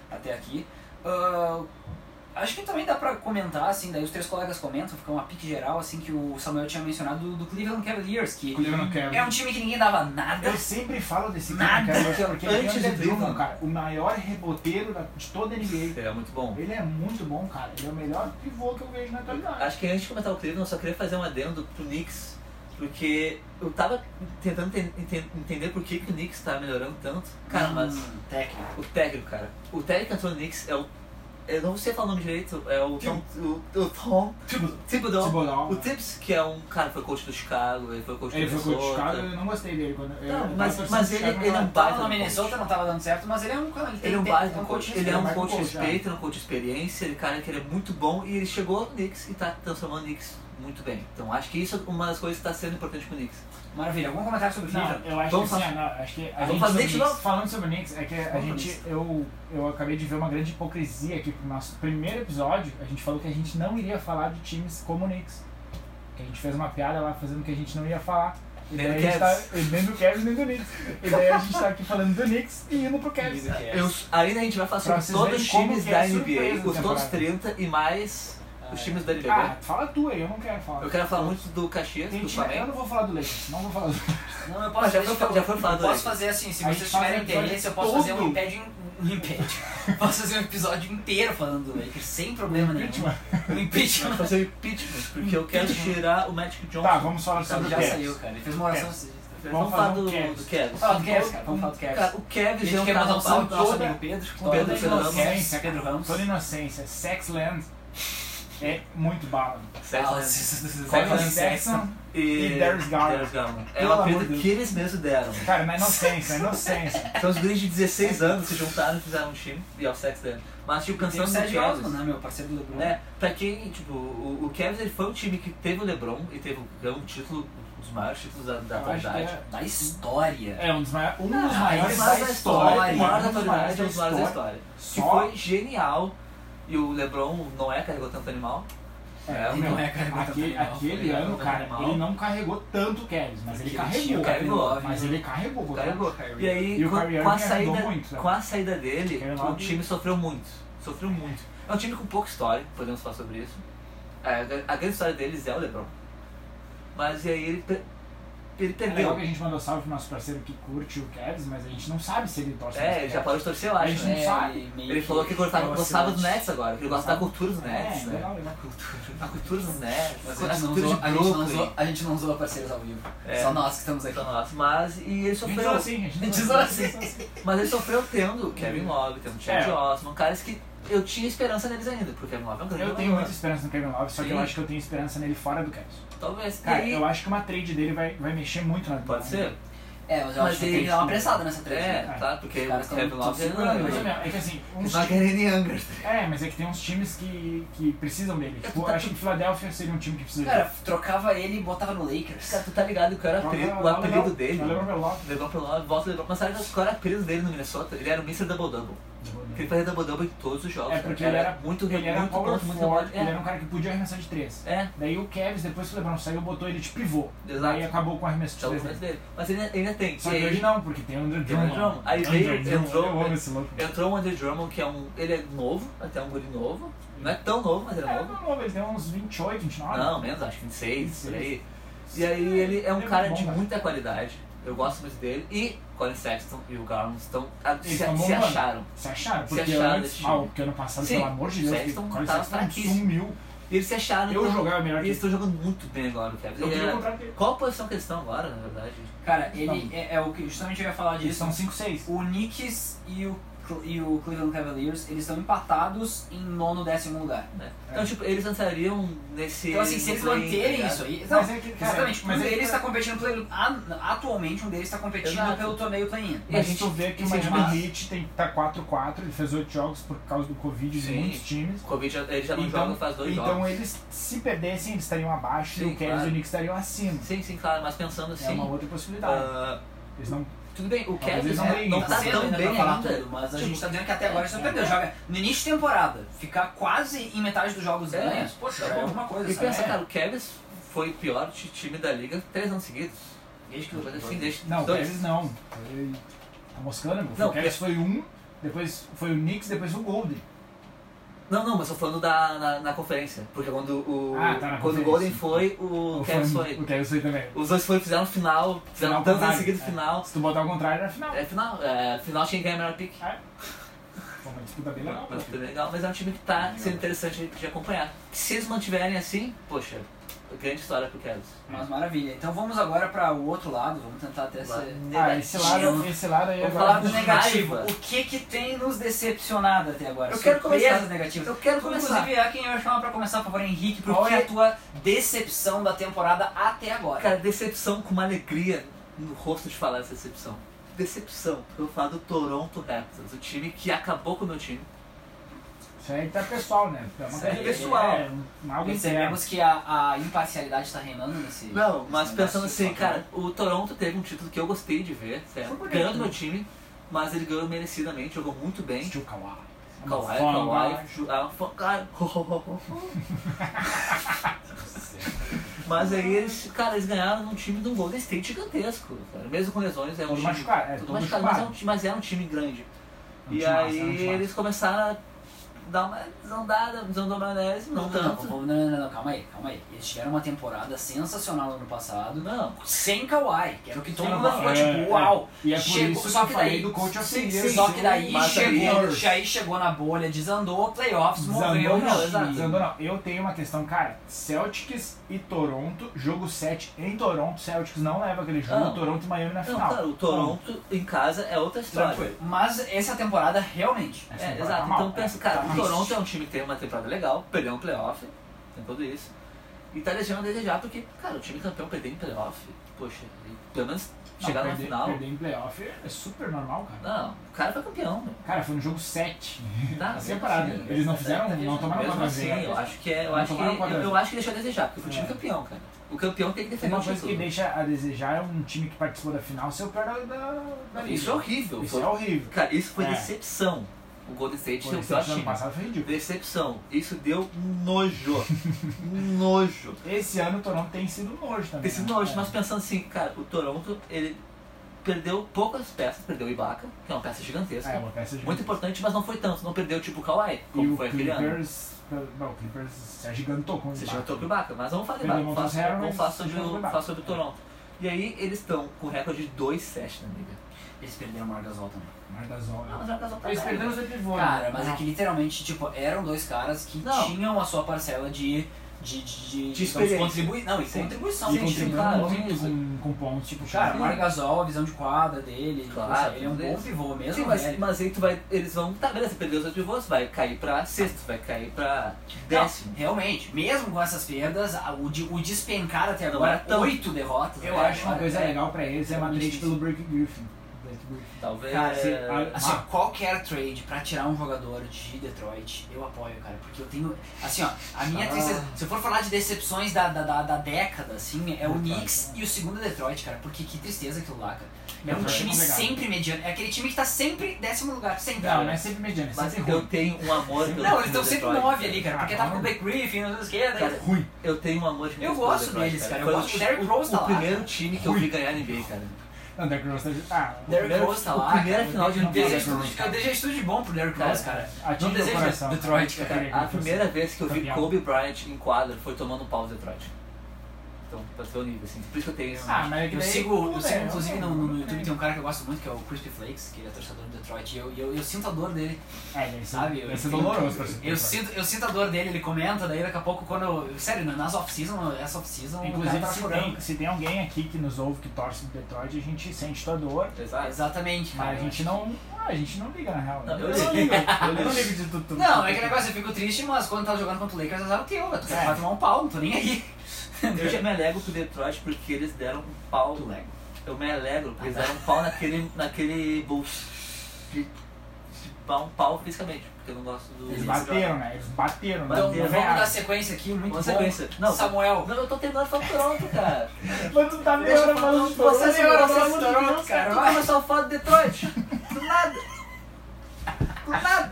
até aqui. Ah, Acho que também dá pra comentar, assim, daí os três colegas comentam, fica uma pique geral, assim, que o Samuel tinha mencionado do, do Cleveland Cavaliers, que Cleveland Cavaliers. é um time que ninguém dava nada. Eu sempre falo desse Nada. cara, cara, porque ele Antes é do Drummond, Drummond. cara. O maior reboteiro da- de toda a NBA. É muito bom. Ele é muito bom, cara. Ele é o melhor pivô que eu vejo na atualidade. Acho que antes de comentar o Cleveland, eu só queria fazer um adendo pro Knicks, porque eu tava tentando ten- enten- entender por que, que o Knicks tá melhorando tanto. Cara, mas Hum, técnico. o técnico, cara. O técnico que entrou no Knicks é o. Eu não sei falar o nome direito, é o Tom. O, o Tom. Thibodeau. Thibodeau. né? O Tips, que é um cara que foi coach do Chicago, ele foi coach Ele do foi coach de Minnesota. Chicago, né? eu não gostei dele. Quando, eu- tá. Não, eu tava mas- mas torcendo pro ele- Chicago, ele é mas- um Tava Baita no coach. Minnesota, não tava dando certo, mas ele é um cara. Ele é um tem- baita é um coach, coach. ele é um baita coach coach, respeito, ele é um coach de experiência, ele cara que ele é muito bom e ele chegou no Knicks e tá transformando o Knicks muito bem. Então acho que isso é uma das coisas que tá sendo importante pro Knicks. Maravilha. Algum comentário sobre o Não, Cleveland? eu acho Vamos que assim, fazer- ah, não, acho que a Vamos gente fazer sobre de Knicks- novo? falando sobre o Knicks, é que a Vamos gente, nisso. eu, eu acabei de ver uma grande hipocrisia aqui pro nosso primeiro episódio, a gente falou que a gente não iria falar de times como o Knicks. Que a gente fez uma piada lá fazendo que a gente não ia falar. E Nem daí a do gente tá, Cavs. nem do Cavs, nem do Knicks. E daí a gente tá aqui falando do Knicks e indo pro Cavs. Eu, ainda a gente vai falar Pra sobre vocês todos os verem como times que é da a surpresa NBA, os da todos temporada. 30 e mais os times da NBA. Ah, fala tu aí, eu não quero falar. eu quero falar muito do Caxias, Tem do time- eu Flamengo. não vou falar do Lakers, não vou falar do Não, eu Ah, posso já ver foi- se eu- já foi falado Eu posso aí. fazer assim, se A gente vocês faz tiverem um episódio interesse, eu posso todo. fazer um impédio. em- Um impédio. posso fazer um episódio inteiro falando do Lakers, sem problema nenhum. impeachment. Um Vou impeachment. fazer o impeachment, porque eu quero tirar o Magic Johnson. Tá, vamos falar Então sobre o Já Cavs. saiu, cara. Ele fez uma oração. Vamos falar falar do, do do Cavs. Kevs. Fala do Cavs, cara. Vamos falar do Cavs. Ah, Cara, o A Kevs é gente um quer mandar um cara salve pro nosso toda- amigo Pedro. toda Pedro Fernandes. inocência, Pedro Ramos. Toda inocência, Sexland é muito bala. é Fala, Sexland. Colin Sexland. Sexton, e e Darius Garland. Darius Garland. É Pelo uma amor apelido de Deus. que eles mesmos deram. cara, na inocência, na inocência. Então os guris de 16 anos se juntaram e fizeram um time. E é o sexo dele. Mas tipo, Tem o pensando no Sérgio Osman, Cavs, né, meu parceiro do LeBron. né? Pra quem, tipo, o, o Cavs ele foi um time que teve o LeBron e teve ganhou um título, um dos maiores títulos da, da Eu acho que atualidade. é, Da história. é um dos maiores, um dos Não, maiores isso da é história. história, O um maior da dos atualidade é um dos maiores da história. Que Só- foi genial. E o LeBron não é carregou tanto animal. É, Ele meu, não é carregou tanto aquele, animal, aquele foi, ano, foi cara, animal. ele não carregou tanto o Kevin, mas ele Porque ele tinha carregou. o Kyrie Love, mas ele carregou, botou- Carregou. Kyrie. E aí, E o com, Kyrie com a Irving saída, ajudou muito, né? com a saída dele, Kyrie o Irving- time sofreu muito. Sofreu muito. É um time com pouca história, podemos falar sobre isso. É, A, gra- a grande história deles é o LeBron. Mas e aí ele, pe- ele É legal que a perdeu. gente mandou salve pro nosso parceiro que curte o Kevs, mas a gente não sabe se ele torce pros É, ele já Cavs. parou de torcer, eu acho. gente né? não sabe. É, e meio Ele falou que gostava, É gostava do vacilante. Nets agora, que ele gosta da cultura do Nets, É, né? legal, legal. A cultura do Nets, Mas a a gente, não cultura usou, de a, gente não Brooklyn. usou, a gente não usou parceiros ao vivo. É. Só nós que estamos aqui. Então, nossa, Mas e ele A gente zoa sofreu. assim, a gente Gente, zoa zoa assim. Mas ele sofreu tendo o Kevin Love, tendo o Chad É. Osman, caras que eu tinha esperança neles ainda, porque o Kevin Love é um grande Eu tenho jogador. muita esperança no Kevin Love, só que Sim. eu acho que eu tenho esperança nele fora do Cavs. Talvez. Cara, e aí, eu acho que uma trade dele vai, vai mexer muito na Pode ser? É, mas eu Mas acho que ele- tem que dar uma pressada nessa treta. É, né? tá, porque Os o caras tão- Kevin Love tão é segurando, Mas, grande. né? meu, é que assim, uns Não ti- quer nem Younger. é, mas é que tem uns times que, que precisam dele. É, Tipo, tá acho que Philadelphia seria um time que precisa Cara, trocava ele e botava no Lakers. Cara, tu tá ligado que era dele. o apelido dele. né? Lebron Lebron pro Love, volta o Lebron. Mas sabe qual era o apelido dele no Minnesota? Ele era o Mr. Double Double. Porque ele fazia Double Double em todos os jogos. É cara. porque ele era muito Ele era muito power muito forward, bom. ele É. era um cara que podia arremessar de três. É, Daí o Kevs, depois que o Lebron saiu, botou ele de pivô. Exato. Daí acabou com o arremesso é o de movimento três. dele. Mas ele ainda- ainda tem. Só E que aí- hoje não, porque tem o Andrew Tem o Andrew Drummond. Drummond. Aí veio- Andrew Drummond, entrou- um- Eu amo esse louco. Entrou o Andre Drummond, que é um. Ele é novo, até um guri novo. Não é tão novo, mas ele é É, novo. não, novo, ele tem uns 28, 29. Não, menos, acho que 26, por aí. 26. E aí ele é um Ele é cara bom, de cara. muita qualidade. Eu gosto muito dele. E Colin Sexton e o Garland estão a- se, Eles tão se bombando. acharam. Se acharam? Se Porque acharam antes, desse ah, time. porque ano passado, Sim, pelo amor de Deus, Sexton o Colin tava Sexton fraquíssimo. sumiu. E eles se acharam. Eu então, jogava melhor E que eles estão jogando muito bem agora, o Kevin. Eu Ele queria era- contratar ele. Qual a posição que eles estão agora, na verdade? Cara, ele é, é o que justamente eu ia falar Eles disso. são 5-6. O Knicks e o, Cl- e o Cleveland Cavaliers, eles estão empatados em nono décimo lugar. né? Então, tipo, eles entrariam nesse. Então assim, se eles play, manterem tá isso aí. Mas não, é que, cara, exatamente, mas mas é que- ele está competindo pelo. a- Atualmente um deles está competindo Exato. pelo torneio play-in. E a Mas gente- tu vê que o esse é Miami time- Heat tem, tá 4-4, ele fez 8 jogos por causa do Covid de Sim. muitos times. O Covid já, ele já não joga faz dois então jogos. eles, se perdessem, eles estariam abaixo e Sim, o Cavs claro. e o Knicks estariam acima. Sim, sim, claro, mas pensando É assim. uma outra possibilidade. ah, eles não... tudo bem, o Talvez Kevin eles não é, ganhem não isso. tá cedo tão ainda pra bem falar ainda. tudo, mas a Tipo, gente tá dizendo que até agora isso não é. perdeu. Joga no início de temporada, ficar quase em metade dos jogos É. ganhos, poxa, É. é alguma coisa. E sabe? pensa, cara, o Cavs foi o pior ti- time da liga três anos seguidos. Desde que o assim, desde Não, o dois. Cavs não. Foi- Tá moscando, meu. Não, o Cavs foi um, depois foi o Knicks, depois o Golden. Não, não, mas tô falando da, na, na conferência. Porque quando o. Ah, tá, na quando conferência. o Golden foi, o Kevs foi. O Kevs foi também. Os dois foram, fizeram final, fizeram Final tanto em contrário, seguida é. final. Se tu botar ao contrário, era final. É final, é, final tinha que ganhar a melhor pick. É. Foi uma disputa bem legal. Mas foi legal, mas é um time que tá sendo interessante de acompanhar. Se eles mantiverem assim, poxa, grande história pro Cavs. Mas maravilha. Então vamos agora para o outro lado, vamos tentar até Vai. ser. Ah, esse lado, negativo. esse lado aí Vamos agora- falar do negativo. Raiva. O que que tem nos decepcionado até agora? Eu quero Surpresas começar. negativas. Eu quero Tu, começar. Inclusive, é quem eu chamar pra começar, por favor, Henrique. Por Qual que é? a tua decepção da temporada até agora? Cara, decepção com uma alegria no rosto de falar essa decepção. Decepção, porque eu vou falar do Toronto Raptors, o time que acabou com o meu time. Isso aí tá pessoal, né? É uma Isso aí é coisa- pessoal. É, um- algo interno. Percebemos que a, a imparcialidade tá reinando nesse. Não, nesse mas negócio pensando de assim, falar. cara, o Toronto teve um título que eu gostei de ver, certo? Foi bonito, Ganhando né? meu time, mas ele ganhou merecidamente, jogou muito bem. Tio Kawhi. É uma Kawhi, fama, Kawhi, Ju- ah, fo- cara. Mas aí eles, cara, eles ganharam um time de um Golden State gigantesco. cara. Mesmo com lesões, é um Todo time. machucado, é, tudo todo machucado, mas, é um, machucado. ti- mas era um time grande. É um e timaço, aí é um timaço. eles começaram a dar uma desandada, desandou a maionese, não, Não, não, não, tanto. não, não, não, não, calma aí, calma aí. Eles tiveram uma temporada sensacional no ano passado. Não. Sem Kawhi, que era o que todo Sem mundo ficou Kawhi, é, tipo, uau! é. E é por chegou, isso só que que eu falei daí, do coach of the sim, year, sim, Só sim. que daí é Mas aí- chegou, aí chegou na bolha, desandou, playoffs, morreu. Desandou não, não, exato. desandou não. Eu tenho uma questão, cara. Celtics e Toronto, jogo 7 em Toronto. Celtics não leva aquele jogo. Não. Toronto e Miami na Não, final. cara, o Toronto em casa é outra história. Tranquilo. Mas essa temporada realmente. Essa É, temporada exato. tá mal, então né? pensa, cara, Tá o mal. Toronto é um time que teve uma temporada legal, perdeu um playoff, tem tudo isso. E tá deixando a desejar porque, cara, o time campeão perder em playoff, poxa, e pelo menos Não, chegar na perder- final. Perder em playoff é super normal, cara. Não, o cara foi campeão, meu. Cara, foi no jogo 7. Tá, Tá separado. mesmo assim, Eles não fizeram, um- tá não tomaram mesmo 4 assim, eu acho que é, eu Não acho que, tomaram eu, quatro a zero. eu acho que deixou a desejar, porque foi o time É. campeão, cara. O campeão tem que defender Uma o coisa que título. deixa a desejar é um time que participou da final ser o pior da, da, da liga. Isso é horrível. Isso foi- é horrível. Cara, isso foi É. decepção. O Golden State Foi é o isso pior que ano time. passado foi ridículo. Decepção. Isso deu um nojo. Um nojo. Esse ano o Toronto tem sido nojo também. Tem sido né? nojo, É. mas pensando assim, cara, o Toronto, ele perdeu poucas peças, perdeu o Ibaka, que é uma peça gigantesca. É, uma peça de... Muito importante, mas não foi tanto. Não perdeu tipo o Kawhi, E como o foi aquele ano. Clippers... Não, o Clippers se agigantou com o Você Ibaka. já o Ibaka, mas vamos falar do Perdeu Ibaka. o Montrezl Vamos falar, Harrell, vamos mas falar sobre, deixou o o, Ibaka. falar sobre o Toronto. E aí eles estão com o recorde de 2-7 na liga. Eles perderam o Margasol também. Mar da zona. Não, mas é uma casa Eles pra perderam caralho. os pivôs. Cara, mas é que literalmente, tipo, eram dois caras que Não. tinham a sua parcela de. de. de. de, De digamos, experiência. contribui- Não, e Sim. contribuição. né, E Sim, gente, contribuiu claro, tem muito né? isso. com, com pontos. Tipo, Cara, sim. o Margasol, a visão de quadra dele, Claro, poxa, ele é um tudo bom isso. pivô mesmo. tá Sim, mas, velho. mas aí tu vai, eles vão, tá beleza, perdeu os outros pivôs, vai cair pra sexto, vai cair pra décimo. Não, realmente, mesmo com essas perdas, a- o, de- o despencar até Não agora, é tão- oito derrotas. Eu né, acho uma agora, coisa é. legal pra eles é uma Sim. trade pelo Blake Griffin. Blake Griffin. Talvez. Cara, é, se- Assim, ó, Ah. qualquer trade pra tirar um jogador de Detroit, eu apoio, cara. Porque eu tenho. Assim, ó, a minha Ah. tristeza. Se eu for falar de decepções da, da, da, da década, assim, é o Detroit, né? Knicks e o segundo é Detroit, cara. Porque que tristeza aquilo lá, cara. É um Detroit é time complicado. sempre mediano. É aquele time que tá sempre décimo lugar, sempre. Não, não é sempre mediano, é Mas sempre eu ruim. tenho um amor pelo Não, eles time estão do sempre Detroit, nove ali, cara. Ah, Porque tava com o não. Blake Griffin, não sei o que, Cara, daí. Ruim. Eu tenho um amor Eu imenso pelo gosto Detroit, deles, cara. Eu Foi gosto do Derrick o- Rose tá O lá, primeiro time que eu vi ganhar NBA, cara. Não, Derrick Rose tá... Ah, Derrick primeiro- Rose tá o lá. primeiro cara. final de Eu NBA desejo Derrick tudo- Rose, Eu cara. desejo tudo de bom pro Derrick Rose, cara. atinge Não o desejo coração. Detroit, cara. Derrick A Rose. primeira vez que eu vi é Campeão. Kobe Bryant em quadra foi tomando um pau do Detroit. Então, pra ser o nível, assim. Por isso que eu tenho. Ah, mas é que Eu daí- sigo, eu Pô, sigo velho, inclusive não- no, no não YouTube tem. tem um cara que eu gosto muito, que é o Crispy Flakes, que ele é torcedor do Detroit, e eu, eu, eu sinto a dor dele, É, deve ser- sabe? Eu, Deve ser eu- doloroso pra ser Eu sinto, eu sinto a dor dele, ele comenta, daí daqui a pouco quando eu. Sério, nas off-season, essa off-season, o Inclusive, cara tá se chorando. tem, se tem alguém aqui que nos ouve, que torce do Detroit, a gente sente tua dor, Exato. Exatamente, cara. mas a gente não... Ah, a gente não liga, na real. Não, eu ligo. Eu não ligo de tudo. Não, é que negócio, eu fico triste, mas quando tá jogando contra o Lakers, azar o teu, tu É. vai tomar um pau, não tô nem aí. Eu já me alegro pro Detroit porque eles deram um pau. Tu lego. Eu me alegro porque eles deram um pau naquele, naquele Bulls. De, de dar um pau fisicamente, porque eu não gosto do. Eles do bateram, né? Eles bateram. né? Então, Deus, vamos dar sequência tá- aqui, muito Uma bom. sequência. Não, Samuel. Não, eu tô terminando falando Toronto, cara. Mas tu tá meia Deixa eu hora falar falando do de Toronto, processo, meia hora processo falando de Toronto, Toronto, cara. cara. Tu começou a falar do Detroit. Do nada. Do nada.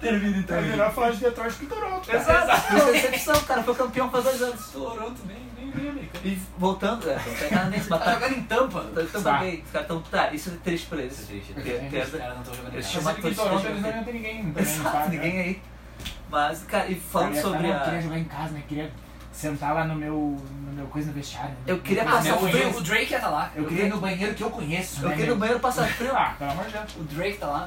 Termina então. É melhor falar de Detroit que Toronto, cara. Exato. Decepção, cara. Foi campeão faz dois anos. Toronto nem, nem ninguém americano. E voltando, é, não tem nada nesse Tá batalha. jogando em tampa. Tá, tá, Tá. bem, os caras tão. Tá, isso é triste pra eles. Triste. Ter, ter Os essa- caras não estão jogando em Eles nada. chamam- Mas aqui em Toronto eles não iam ter ninguém. também, Exato, sabe? ninguém aí. Mas, cara, e falando Cara, né? eu sobre falei, Eu a. queria jogar em casa, né? Queria sentar lá no meu, no meu coisa no vestiário. né? Eu queria Ah, Ah, passar meu não, o, banheiro. Drake, o Drake ia tá lá. Eu queria ir no banheiro que eu conheço, Eu né? queria no meu? banheiro passar frio. Ah, pelo amor de Deus. O Drake tá lá.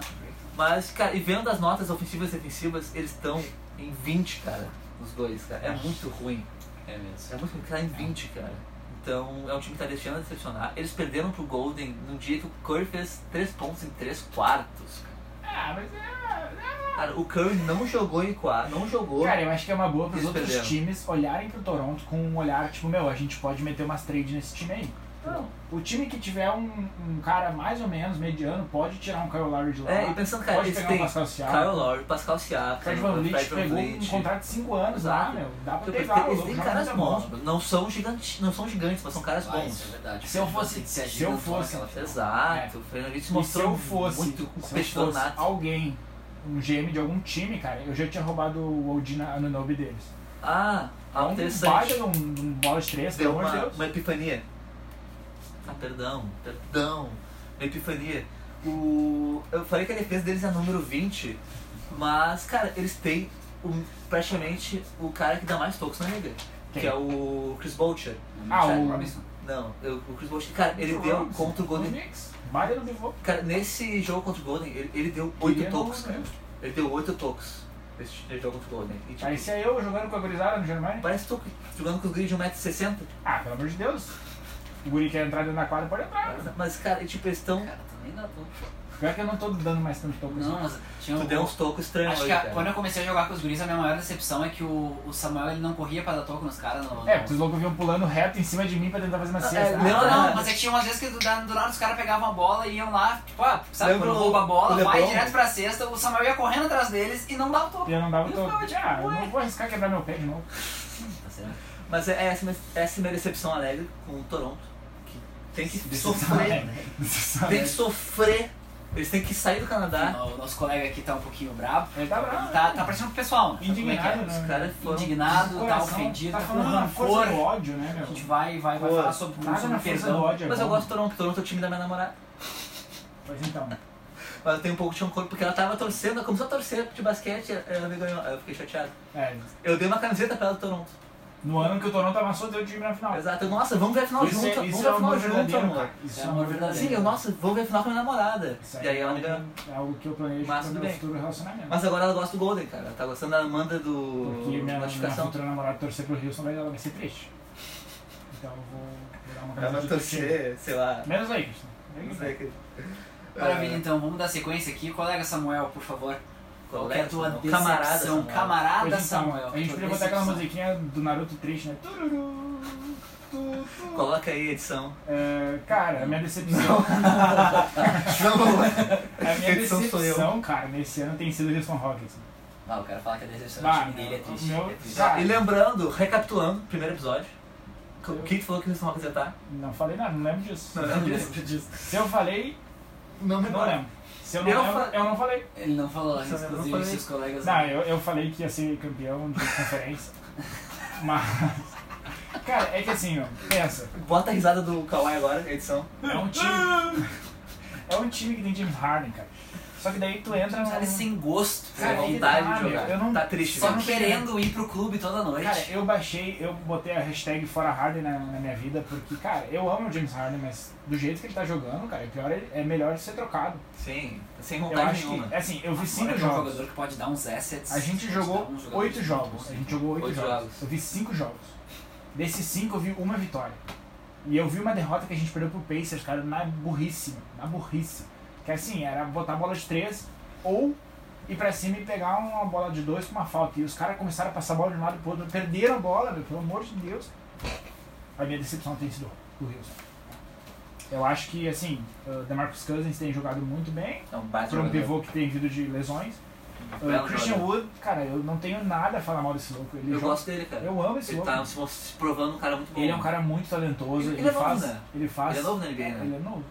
Mas, cara, e vendo as notas ofensivas e defensivas, eles estão em 20, cara. Os dois, cara. É muito ruim. É mesmo. É muito ruim, tá em 20, cara. Então, é um time que tá deixando a decepcionar. Eles perderam pro Golden num dia que o Curry fez 3 pontos em 3 quartos. cara. Ah, mas é... Cara, o Curry não jogou em quarto, não jogou. Cara, eu acho que é uma boa pros Eles outros perderam. times olharem pro Toronto com um olhar tipo, meu, a gente pode meter umas trades nesse time aí. Não. O time que tiver um, um cara mais ou menos mediano pode tirar um Kyle Lowry de lá. É, e pensando, cara, pode eles pegar têm um Pascal Kyle Siakam. Lowry, Pascal Siakam, Fred Van Vliet Fred pegou um VanVleet. contrato de 5 anos lá, Exato. meu. Dá pra Então, ter eles valor. têm- eles o têm jogador caras tá bom. bons, não são gigantes, não são gigantes, mas são caras Ah, isso é bons. verdade. é Se eu fosse- Se, se eu fosse- Exato, o Fernando Henrique se é E se mostrou eu fosse, muito se eu competidor fosse nato. alguém, um GM de algum time, cara, eu já tinha roubado o Odina Anunobi deles. Ah, ah, um baita interessante. num, num bola de três, Deu pelo amor de É uma, Deus. uma epifania. Ah, perdão, perdão. Uma epifania. O... Eu falei que a defesa deles é número 20, mas, cara, eles têm o- praticamente o cara que dá mais tocos na liga, Quem? que é o Chris Boucher. Ah, Charles o- Robinson. Não, eu- o Chris Boucher, cara, ele Robinson, deu contra o Golden Knicks, Baita no pivô. Cara, nesse jogo contra o Golden, ele, ele deu 8 Queria não, tocos, né? cara. Ele deu 8 tocos nesse jogo contra o Golden. E, tipo, Parecia é eu jogando com a gurizada no Germany. parece que tô jogando com os grid de 1,60m. Ah, pelo amor de Deus. O guri quer entrar dentro da quadra, pode entrar. Mas, cara, e, tipo, eles estão. Cara, também dá tudo. Pior que eu não tô dando mais tanto assim. topo Não, mas tinha Tu um- deu uns tocos estranhos. Acho hoje, que a- cara. quando eu comecei a jogar com os guris, a minha maior decepção é que o, o Samuel ele não corria pra dar toco nos caras. No, É, porque os loucos vinham pulando reto em cima de mim pra tentar fazer uma cesta. é, Não, Ah, não, mas é que tinha umas vezes que do, da- do nada os caras pegavam a bola e iam lá, tipo, ah, sabe, Lembra quando o- rouba a bola, o vai LeBron? direto pra cesta, o Samuel ia correndo atrás deles e não dava o toco. E eu não dava todo. ficava tipo, Ah, eu ué. não vou arriscar quebrar meu pé de novo. Tá certo. Mas é, é essa, minha- essa é a minha decepção alegre com o Toronto. Que tem que sofrer. Tem que Sofrer. sofrer. Eles têm que sair do Canadá. O nosso colega aqui tá um pouquinho brabo. Ele tá bravo. Tá, tá parecendo pro pessoal, né? Sabe como é que é? Indignado, Os né? caras foram. Indignado, tá Coração, ofendido, Tá tá com falando uma rancor. força do ódio, né, A gente meu? vai, vai, vai Pô, falar sobre, Nada sobre na força do perdão. ódio. é Mas eu bom. gosto do Toronto. Toronto é o time da minha namorada. Pois então. Mas eu tenho um pouco de rancor porque ela tava torcendo, ela começou a torcer de basquete, ela me ganhou. Aí eu fiquei chateado. É, Eu dei uma camiseta pra ela do Toronto. no ano que o Toronto amassou, deu o time na final. Exato. Eu, Nossa, vamos ver a final Isso junto. é- vamos isso ver é a um final amor junto, verdadeiro, amor. cara. Isso É é um um amor amor verdadeiro. verdadeiro. Sim, eu, nossa, vamos ver a final com a minha namorada. Isso E aí ela me é ganhou. algo- é algo que eu planejo Mas pro tudo meu bem. futuro relacionamento. Mas agora ela gosta do Golden, cara. Ela tá gostando da Amanda do. Porque minha, minha notificação. futura namorada torcer pro Houston, mas ela vai ser triste. Então eu vou vou dar uma Ela camisa vai de outro time. torcer, sei lá. Menos aí, Cristian. Não sei, cara. É, Maravilha, então, vamos dar sequência aqui. Colega Samuel, por favor. Qual que é a Colega, tua não. decepção? Camarada, Camarada Samuel. Samuel. Pois então, a gente Tua podia botar aquela decepção. musiquinha do Naruto triste, né? Tururu, tu, tu. Coloca aí a edição. É, cara, a minha decepção. A minha Edição sou eu. decepção, cara, nesse ano tem sido o Houston Rockets. Ah, o cara fala que a decepção do Bah, time dele é meu, triste. meu- é triste. cara, E lembrando, recapitulando, primeiro episódio. O que tu falou que eles vão apresentar? Não falei nada, não lembro disso. Não lembro disso. Se eu falei, Não me não lembro. lembro. Se eu não Eu lembro, fa- eu não falei. Ele não falou, Isso, eu não inclusive, falei. seus colegas. Não, eu, eu falei que ia ser campeão de conferência. Mas. Cara, é que assim, ó, pensa. Bota a risada do Kawhi agora, edição. É um time. É um time que tem James Harden, cara. Só que daí tu entra no. Cara, sem gosto. Cara, velho. ele- vontade de meu, jogar. eu não- Tá triste, Só né? querendo ir pro clube toda noite. Cara, é eu baixei, eu botei a hashtag Fora Harden na, na minha vida, porque, cara, eu amo o James Harden, mas do jeito que ele tá jogando, cara, é, pior, ele- é melhor ser trocado. Sim, sem Eu vontade acho nenhuma. que, assim, eu vi Agora cinco é um jogos. jogador que pode dar uns assets. A gente pode jogou dar uns jogadores oito muito jogos. bons. A gente jogou oito Oito jogos. jogos. Eu vi cinco jogos. Desses cinco, eu vi uma vitória. E eu vi uma derrota que a gente perdeu pro Pacers, cara, na burrice, mano, na burrice. Que assim, era botar a bola de três ou ir pra cima e pegar uma bola de dois com uma falta. E os caras começaram a passar a bola de um lado pro outro, perderam a bola, meu, pelo amor de Deus. A minha decepção tem sido o Houston. Eu acho que, assim, o DeMarcus Cousins tem jogado muito bem, É um baita para um jogador. pivô que tem vindo de lesões. Uh, Belo Christian jogador. Wood, cara, eu não tenho nada a falar mal desse louco. Ele Eu joga- gosto dele, cara. eu amo esse Ele louco. tá se mos- se provando um é cara muito bom. Ele é um cara muito talentoso. Ele- Ele, ele é novo, faz, né? ele faz. Ele é novo na NBA, né? Ele é novo?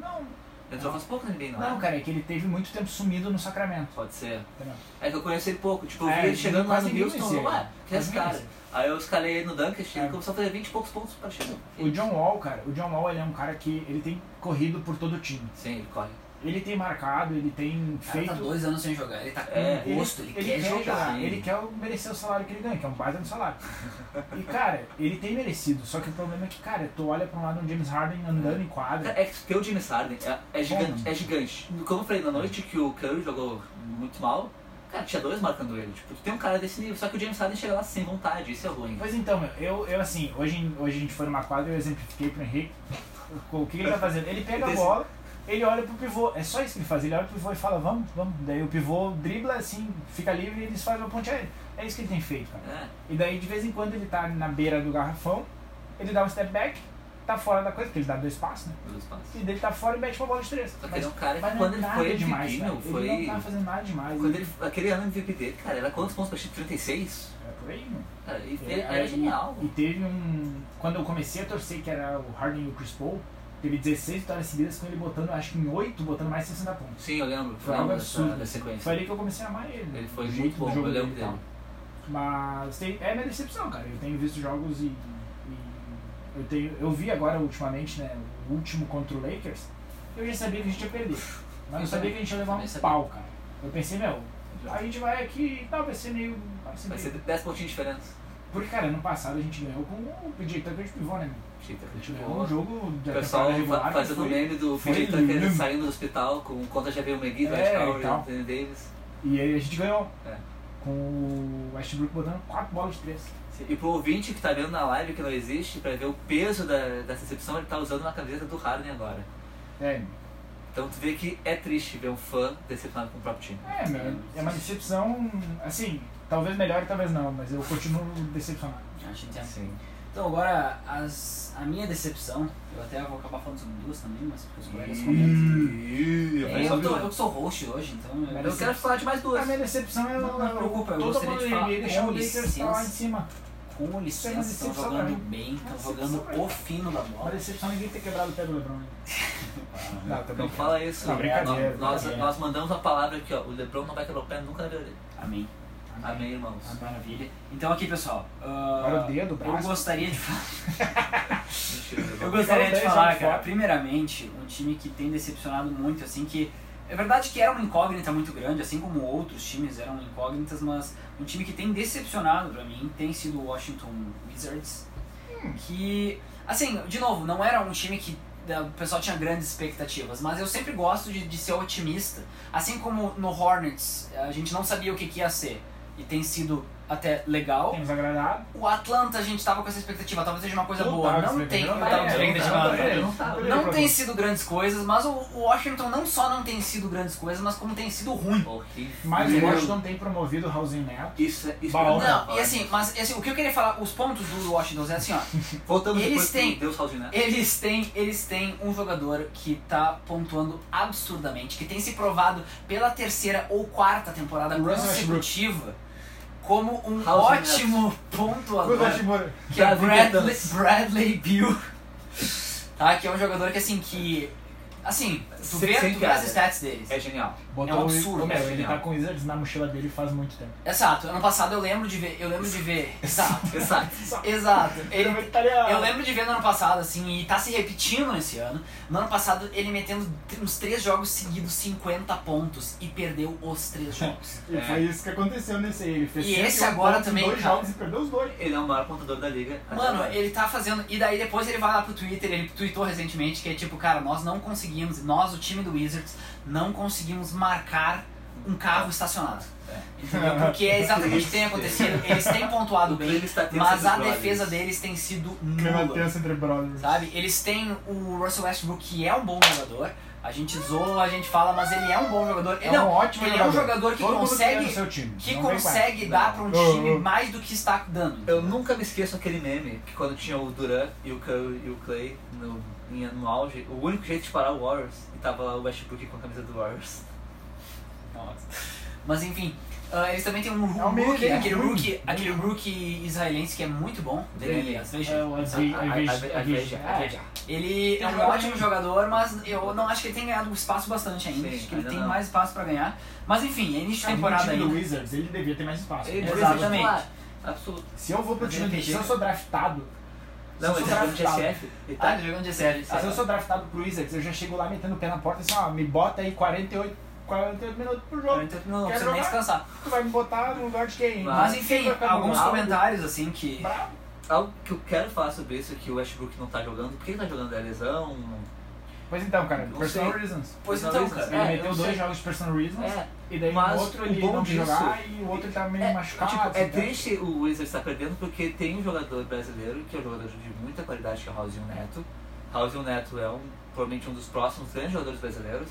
Não. Entrou faz pouco na NBA, não, Não, é? cara, é que ele teve muito tempo sumido no Sacramento. Pode ser. entendeu? É que eu conheci ele pouco. Tipo, eu vi É, ele chegando lá quase no ninguém Houston. conhecia. Ué, que é esse Quase cara? ninguém Aí eu escalei ele no Dunkest e ele É. começou a fazer 20 e poucos pontos para chegar. O John Wall, cara, o John Wall ele é um cara que ele tem corrido por todo o time. Sim, ele corre. Ele tem marcado, ele tem O cara feito. tá dois anos sem jogar, ele tá com É, Ele- gosto, ele, quer, jogar. sim. Ele quer merecer o salário que ele ganha, que é um baita no salário. E, cara, ele tem merecido. Só que o problema é que, cara, tu olha pra um lado um James Harden andando em quadra. Cara, é que ter o James Harden é, é gigante, Bom. é gigante. Como eu falei, na noite que o Curry jogou muito mal, cara, tinha dois marcando ele. Tipo, tu tem um cara desse nível, só que o James Harden chega lá sem vontade, isso é ruim. Pois então, meu, eu, eu assim, hoje, em- hoje a gente foi numa quadra, eu exemplifiquei pro Henrique o que ele tá fazendo. Ele pega a Desse- bola, ele olha pro pivô, é só isso que ele faz. Ele olha pro pivô e fala, vamos, vamos. Daí o pivô dribla assim, fica livre e eles fazem uma ponte aérea. É isso que ele tem feito, cara. É, E daí de vez em quando ele tá na beira do garrafão, ele dá um step back, tá fora da coisa, porque ele dá dois passos, né? dois passos. E daí tá fora e mete uma bola de três. Só que Mas- ele é um cara mas que não quando é ele nada foi MVP, demais, cara. meu, foi. Ele não tá fazendo nada demais. Quando ele, aquele ano MVP dele, cara, era quantos pontos pra chute? 36? É por aí, mano. Cara, e É, ele era aí- genial. E teve um. Quando eu comecei a torcer, que era o Harden e o Chris Paul, teve 16 vitórias seguidas com ele botando, acho que em 8, botando mais 60 pontos. Sim, eu lembro. Foi eu algo lembro dessa- absurdo. da sequência. Foi ali que eu comecei a amar ele. né? Ele foi O muito jeito do bom, jogo então. eu lembro e tal. dele. Mas tem, é minha decepção, cara. Eu tenho visto jogos e. e eu, tenho, eu vi agora ultimamente, né? O último contra o Lakers. Eu já sabia que a gente ia perder. Mas eu sabia que a gente ia levar Também um sabia. pau, cara. Eu pensei, meu, a gente vai aqui e tal, vai ser meio. Vai ser Vai ser meio... 10 pontinhos diferentes. Porque, cara, ano passado a gente ganhou com o PJ Tucker de pivô, né, meu? Chita, A gente tipo, ganhou um jogo O da pessoal temporada regular. fa- que fazendo foi- o meme do foi PJ Tucker lindo. saindo do hospital com conta já veio o McGee, do É, Ed e Howard, tal. Anthony Davis. E aí a gente ganhou. É. Com o Westbrook botando 4 bolas de 3. E pro ouvinte que tá vendo na live que não existe, pra ver o peso da, dessa decepção, ele tá usando uma camiseta do Harden agora. É, Então tu vê que é triste ver um fã decepcionado com o próprio time. É, meu, é uma decepção, assim, talvez melhor, talvez não, mas eu continuo decepcionado. Acho que é. Então agora as- a minha decepção, eu até vou acabar falando sobre duas também, mas porque os colegas comentam. Ih, É, eu, tô- eu que sou host hoje, então eu- eu, Mas quero sim. falar de mais A duas. minha decepção é Não, não se preocupa, eu todo gostaria mundo de ele falar ia deixar o com Lakers licença. tá lá em cima. Com É licença, uma estão decepção jogando pra mim. bem, estão Uma jogando decepção pra mim. o fino da bola. Uma decepção ninguém ter quebrado o pé do Lebron. né? Não, tô Não brincando. Então, fala isso. Não, brincadeira, nós, nós- brincadeira. nós mandamos a palavra aqui, ó. O Lebron não vai quebrar o pé nunca na vida dele. Amém. Amém, irmãos. Ah, Maravilha. Então aqui, pessoal. ah, Agora o dedo, o braço. eu gostaria de falar. Mentira, Eu Lebron. gostaria de Ficaram dez falar, anos cara, fora. primeiramente, um time que tem decepcionado muito, assim, que é verdade que era uma incógnita muito grande, assim como outros times eram incógnitas, mas um time que tem decepcionado pra mim tem sido o Washington Wizards, Hum. que, assim, de novo, não era um time que da- o pessoal tinha grandes expectativas, mas eu sempre gosto de, de ser otimista, assim como no Hornets a gente não sabia o que, que ia ser e tem sido até legal. Temos agradado. O Atlanta a gente tava com essa expectativa, talvez seja uma coisa boa, não tem, eu não tava tava com é, expectativa não alta. tava, é, Não tava. Não tem sido grandes coisas, mas o o Washington não só não tem sido grandes coisas, mas como tem sido ruim. Horrível. Mas Meu. o Washington tem promovido o Raulzinho Neto. Isso é. Isso Bom, é Não, e assim, mas assim, o que eu queria falar, os pontos do Washington é assim, ó. Voltamos eles depois que têm- Deus salve, né? Eles têm, eles têm um jogador que tá pontuando absurdamente, que tem se provado pela terceira ou quarta temporada Russell Westbrook. consecutiva como um House of ótimo pontuador. Hashimura. que é Da Vida Bradley, Dance. Bradley Bill, tá? Que é um jogador que assim, que. Assim, tu Sem- vê, sem tu vê as piada. stats deles. É genial. Botou É um o- absurdo, o meu, é ele genial. tá com o Wizards na mochila dele faz muito tempo. Exato, ano passado eu lembro de ver. Eu lembro de ver. Exato. Exato. Exato. é um Ele- italiano. eu lembro de ver no ano passado, assim, e tá se repetindo esse ano. No ano passado, ele metendo tr- uns três jogos seguidos, 50 pontos, e perdeu os três jogos. E foi isso que aconteceu nesse aí. Ele fez E esse 101 agora pontos em também, dois cara. jogos e perdeu os dois. Ele é o maior contador da liga. até Mano, agora. ele tá fazendo. E daí depois ele vai lá pro Twitter, ele tweetou recentemente que é tipo, cara, nós não conseguimos, nós, o time do Wizards, não conseguimos marcar um carro estacionado. Entendeu? Porque é exatamente o que tem acontecido. Eles têm pontuado O bem, clima está tenso mas entre a os brothers. defesa deles tem sido Clima nula. tenso entre brothers. Sabe? Eles têm o Russell Westbrook, que é um bom jogador. A gente zoa, a gente fala, mas ele é um bom jogador. Ele É um ótimo ele jogador. é um jogador que Todo mundo quer no consegue. seu time. Que Não vem com essa. né? Uhum. consegue dar pra um Não. time Eu- eu- mais do que está dando. Eu nunca me esqueço aquele meme que quando tinha o Duran e o Curry e o Clay no, em- no auge, o único jeito de parar o Warriors e tava lá o Westbrook com a camisa do Warriors. Nossa. Mas enfim, ah, eles também têm um É o rookie, meio que é aquele, ruim, rookie ruim. aquele rookie israelense que é muito bom, Daniel Asveja. É o Advi- Advi- Advi- Advi- Advi- Ele é um Jogador- ótimo jogador, mas eu não acho que ele tem ganhado espaço bastante ainda. Sim, acho que ele ainda tem não. mais espaço pra ganhar. Mas enfim, é início Ah, de no temporada time do ainda. Wizards, ele devia ter mais espaço. Ele Mas foi Exatamente. titular. Absoluto. Se eu vou pro Mas time ele do tem se eu jeito. sou draftado, se Não, eu ele sou tá jogando draftado, GCF. Ele Ah, tá. ele jogando GCL. se eu sou draftado pro Wizards, eu já chego lá metendo o pé na porta e assim, ó, me bota aí 48, 48 minutos pro jogo. Então, Não, não Tá. Quer precisa nem jogar? descansar. Tu vai me botar no lugar de quem? Mas, Mas Quem enfim, vai ficar no alguns lugar? comentários assim que. Bravo. Algo que eu quero falar sobre isso é que o Westbrook não tá jogando. Por que ele tá jogando? É lesão? Pois então, cara, Não personal sei. reasons. Pois Não, então, isso, cara. Ele É, eu meteu dois sei. jogos de personal reasons. É. E daí Mas o outro o ele bom não quis disso- jogar e o outro ele tá meio machucado. tipo, é assim, tá? triste o Wizards estar perdendo porque tem um jogador brasileiro que é um jogador de muita qualidade, que é o Raulzinho Neto. Raulzinho Neto é um, provavelmente um dos próximos grandes jogadores brasileiros.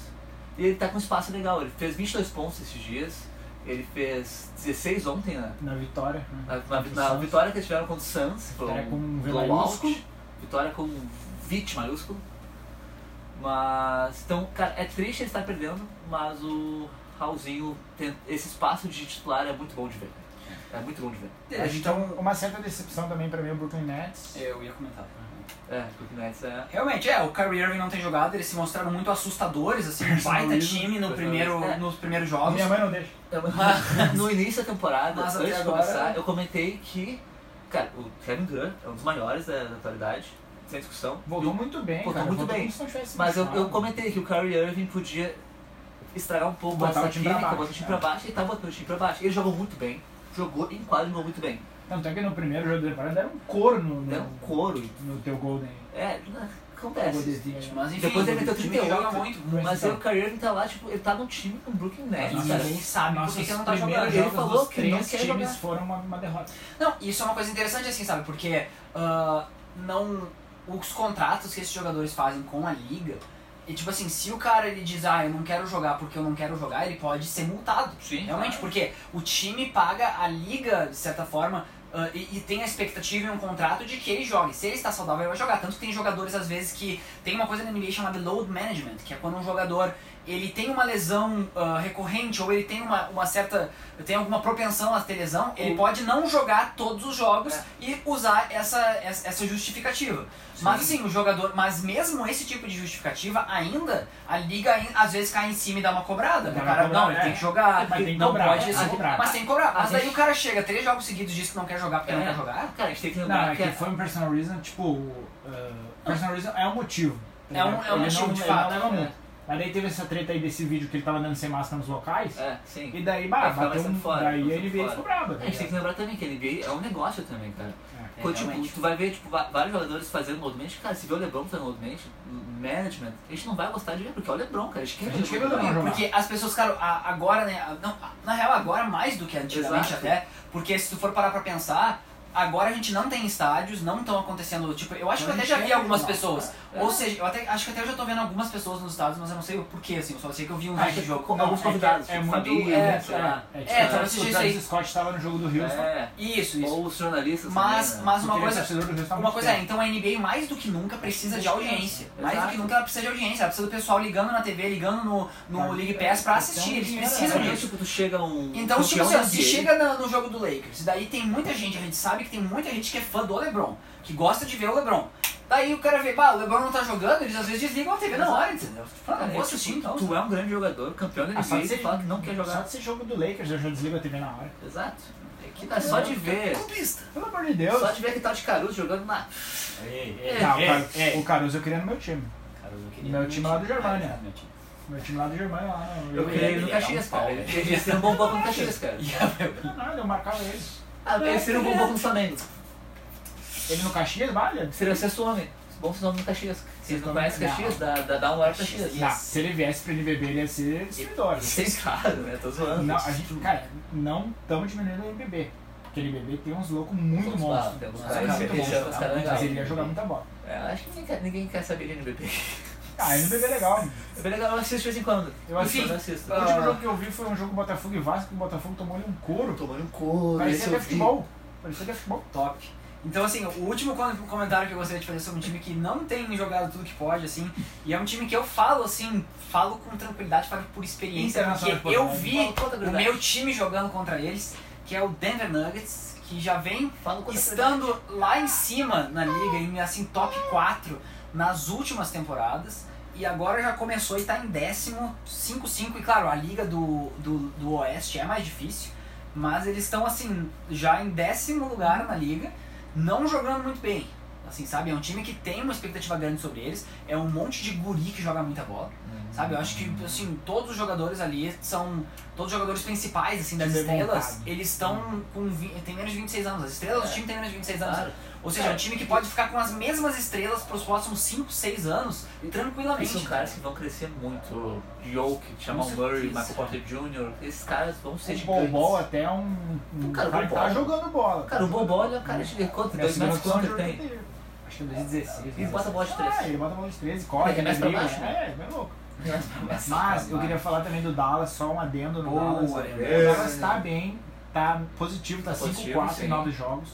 E ele tá com um espaço legal. Ele fez 22 pontos esses dias. Ele fez 16 ontem, né? Na vitória. né? Na, na- Contra o na Suns. vitória que eles tiveram contra o Suns. foi Vitória um com um V blowout. maiúsculo. Vitória com VIT maiúsculo. Mas, então, cara, é triste ele estar perdendo, mas o Raulzinho, tem- esse espaço de titular é muito bom de ver. É muito bom de ver. Acho que é um- uma certa decepção também pra mim o Brooklyn Nets. Eu ia comentar. É, porque o Nets é... Realmente, é, o Kyrie Irving não tem jogado, eles se mostraram muito assustadores, assim, um baita time no primeiro, É. nos primeiros A jogos. minha mãe não deixa. Mas, no início da temporada, É Mas até antes de agora- começar, eu comentei que, cara, o Kevin Durant é um dos maiores da, da atualidade, sem discussão. Voltou muito bem, Voltou cara. muito bem. Como se não tivesse Mas eu, eu machucado. comentei que o Kyrie Irving podia estragar um pouco Botar essa o time pra química, baixo, botar o time é. pra baixo, e tá botando o time pra baixo. Ele jogou muito bem, jogou em quadro, jogou muito bem. Tanto é que no primeiro jogo da temporada deram um couro no, no, Deram um couro, no teu Golden. é, né, acontece. Mas enfim, Depois ele meteu o time que 38. joga é muito. Mas aí o Kyrie Irving tá lá, tipo, ele tá num time com o Brooklyn Nets, Nossa, cara. ninguém sabe é, por que que ele não tá jogando. Ele falou que não três quer times jogar. foram uma, uma derrota. Não, isso é uma coisa interessante assim, sabe? Porque ah, não os contratos que esses jogadores fazem com a liga, e tipo assim, se o cara ele diz, ah, eu não quero jogar porque eu não quero jogar, ele pode ser multado. Sim, Realmente, porque o time paga a liga, de certa forma, ah, e, e tem a expectativa e um contrato de que ele jogue. Se ele está saudável, ele vai jogar. Tanto que tem jogadores, às vezes, que tem uma coisa na NBA chamada load management, que é quando um jogador ele tem uma lesão ah, recorrente ou ele tem uma, uma certa. tem alguma propensão a ter lesão, ele Ou- pode não jogar todos os jogos É. e usar essa, essa essa justificativa. Mas assim, o jogador. Mas mesmo esse tipo de justificativa, ainda a liga ai- às vezes cai em cima e dá uma cobrada. Dá O uma cara, não, cobrada, ele tem é. que jogar, Mas tem que não cobrar, pode. tem que cobrar. Ah, Mas tem que cobrar. Mas A daí gente- o cara chega três jogos seguidos e diz que não quer jogar porque não É. quer jogar. Cara, a gente tem que lembrar Não, é que que foi um personal reason, tipo. uh, personal reason é um motivo. tá É um- ligado? é um Ele motivo não, de ele não fato, leva é. muito. Mas daí teve essa treta aí desse vídeo que ele tava andando sem máscara nos locais. É, sim. E daí, bah, Ele ficava bateu saindo um, fora, daí ficava a saindo NBA fora. ficou brava. É, tá a gente tem ligado? que lembrar também que a NBA é um negócio também, cara. É, Quando, tipo, realmente. tu vai ver tipo, va- vários jogadores fazendo load management, cara, se vê o Lebron fazendo load management, management, a gente não vai gostar de ver, porque é o Lebron, cara, a gente quer A ver gente o quer ver o Lebron. Lebron. jogar. Porque as pessoas, cara, a- agora, né? a- Não, na real, agora mais do que antigamente Exato. até. Porque se tu for parar pra pensar, agora a gente não tem estádios, não estão acontecendo. Tipo, eu acho que eu até Então a gente já quer vi algumas jogar. né? É. pessoas. Ou seja, eu até acho que até eu já tô vendo algumas pessoas nos Estados, mas eu não sei o porquê, assim, eu só sei que eu vi um Acho vídeo de que- jogo. com não, alguns é que convidados, É tipo, muito. família, é, sei lá. é, É, tipo, talvez seja o isso Travis aí. Scott tava no jogo do Houston. É, Isso, isso. ou os jornalistas Mas, também, né? mas uma Porque ele é coisa. torcedor do Houston há Uma muito coisa é, tempo. então a NBA mais do que nunca precisa de audiência. Mais do Exato. que nunca ela precisa de audiência. Ela precisa do pessoal ligando na TV, ligando no, no Mas, League é, Pass pra então, assistir. Eles é, precisam é, Então, disso. tipo, tu chega um Então, tipo assim, ó, campeão da se NBA, chega na- no jogo do Lakers, daí tem muita gente, a gente sabe que tem muita gente que é fã do LeBron, que gosta de ver o LeBron. Daí o cara vê, pá, o LeBron não tá jogando, eles às vezes desligam a TV na hora, entendeu? Fala, cara, não é, vou tipo, assistir então. tu é um grande jogador, campeão da Ah, só NBA, de e ser- fala que não quer Só jogar. desse jogo do Lakers, eu já desligo a TV na hora. Exato. É que, cara, só de ver, Clubista. Pelo amor de Deus. É, só de ver que tal de Caruso jogando Não, na... o Caruso- o Caruso eu queria no meu time. Meu time lá do Germânia. É, Meu time lá do Germânia lá. é Eu queria ele no Caxias, cara, ele ele seria um bom pouco no Caxias, cara. Não, nada, eu marcava ele. Ah, ele seria um bom pouco no Flamengo. Ele no Caxias, vale? Seria sexto homem. Bom sexto homem no Caxias. Se não Sexto conhece homem, Caxias, dá, dá, dá uma hora pra Caxias. Não, se ele viesse pra NBB, ele ia ser destruidor. Sem cara, né? Tô zoando. Não, a gente, cara, não estamos diminuindo o NBB. Porque o NBB tem uns loucos muito Vamos lá, monstros. temos Uns caras caras que muito deixam monstros, tá? os caras Mas legais. ele ia jogar muita bola. É, acho que ninguém quer, ninguém quer saber de NBB. Ah, NBB é legal. É bem legal, eu assisto de vez em quando. Eu assisto. Mas eu assisto. O Ah. último jogo que eu vi foi um jogo Botafogo e Vasco, que o Botafogo tomou ali um couro. Tomando um couro, Parecia esse eu até vi. futebol. Parecia até futebol. Top. Então, assim, o último com- comentário que eu gostaria de fazer sobre um time que não tem jogado tudo que pode, assim, e é um time que eu falo, assim, falo com tranquilidade, falo por experiência, Internacional porque de eu Porto Alegre. vi Fala com o tranquilidade. meu time jogando contra eles, que é o Denver Nuggets, que já vem Fala com tranquilidade. estando lá em cima na liga, em assim, top 4 nas últimas temporadas. E agora já começou e está em décimo, 5-5. E claro, a liga do, do, do Oeste é mais difícil, mas eles estão assim, já em décimo lugar na liga, não jogando muito bem. Assim, sabe? É um time que tem uma expectativa grande sobre eles, é um monte de guri que joga muita bola. Sabe, eu acho que assim, todos os jogadores ali são. Todos os jogadores principais, assim, das Time estrelas, montado. eles estão com. vi- Tem menos de 26 anos. As estrelas do time tem menos de 26 anos. É. Claro. Ou seja, é um time que pode ficar com as mesmas estrelas pros próximos 5, 6 anos, Esses tranquilamente. são caras que vão crescer muito. é um Jokic, Jamal Com Murray, certeza. Michael Porter Jr. Esses caras vão ser O Bol gigantes. Bol até é um. um Cara, o cara que tá Bol Bol- jogando bola. Cara, o Bobol é um cara de quanto? Minha Dois segunda metros opção quanto é Jordan ele tem? Taylor. Acho que é 2016. Ele bota bola de três. Ah, ele bota bola de 13, corre, Ele é mais pra dribla, baixo, É, é bem louco. Mas Mas eu queria falar também do Dallas, só um adendo no Boa, Dallas. Leandro. O Dallas tá bem, tá positivo, tá É. Positivo, 5-4 sim. em 9 jogos.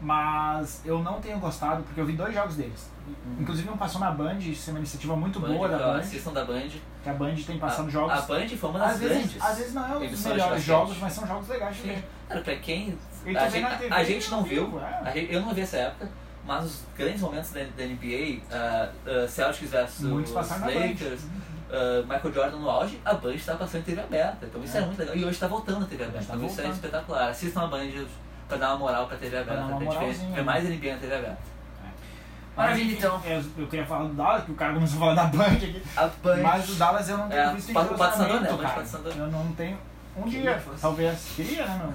Mas eu não tenho gostado, porque eu vi dois jogos deles. Inclusive um passou na Band, isso é uma iniciativa muito Uhum. Band, boa da ó, Band, Assistam da Band. que a Band tem A, passando jogos. a Band foi uma das às, vezes, grandes. às vezes não é um Eles dos são melhores de basquete. jogos, mas são jogos legais Sim. também. Cara, pra quem. Ele A tá vendo gente, na TV, a gente não ao viu. vivo, é. a gente- eu não vi essa época. Mas os grandes momentos da, da NBA, ah, ah, Celtics versus Muitos passaram na Band. Uhum. Lakers, ah, Michael Jordan no auge, a Band tá passando em TV aberta. Então isso é. muito legal. E hoje tá voltando a TV aberta. tá então isso é voltando. espetacular. Assistam a Band pra dar uma moral pra TV Pra dar aberta. uma Pra gente ver, moralzinha, ver né? mais NBA na TV aberta. Maravilha, então. É, Eu, eu queria falar do Dallas, que o cara começou a falar da Band aqui. A Band. Mas o Dallas eu não tenho É, visto o patrocinador, entrosamento, né? Mas cara. patrocinador. Eu não tenho. Um Queria dia, que fosse. talvez. Queria, né, meu?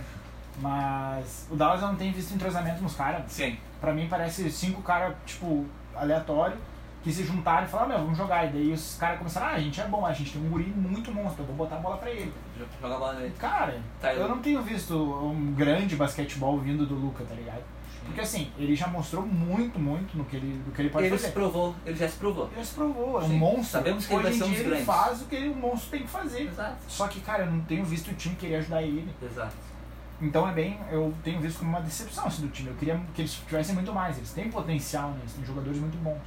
Mas o Dallas eu não tenho visto entrosamento nos caras. Sim. Pra mim parece cinco caras, tipo, aleatório, que se juntaram e falaram, "Ah, meu, vamos jogar. E daí os caras começaram, ah, a gente é bom, a gente tem um guri muito monstro, eu vou botar a bola pra ele. Joga a bola nele. Cara, Tá, eu- eu não tenho visto um grande basquetebol vindo do Luca, tá ligado? Porque assim, ele já mostrou muito, muito no que ele, do que ele pode Ele se fazer. provou, ele já se provou. Ele se provou, é um Sim, monstro. sabemos que ele Hoje vai em ser um dia dos ele grandes. faz o que o monstro tem que fazer. Exato. Só que, cara, eu não tenho visto o time querer ajudar ele. Exato. Então é bem, eu tenho visto como uma decepção assim, do time. Eu queria que eles tivessem muito mais. Eles têm potencial, né? Eles têm jogadores muito bons.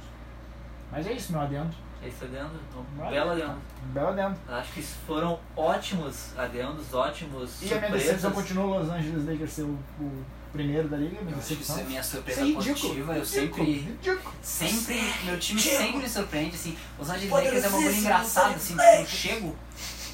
Mas é isso, meu adendo. É isso, Leandro. Um Olha. belo adendo. Um belo adendo. Acho que foram ótimos adendos, ótimos E a minha decepção surpresas. continua o Los Angeles Lakers ser o, o primeiro da liga. Minha Eu acho que decepção. isso é minha surpresa Isso é positiva. Eu sempre. ridículo. Sempre. Meu time sempre me surpreende, assim. Os Angeles Lakers Poderosíssimo é uma coisa engraçada, assim, porque eu chego.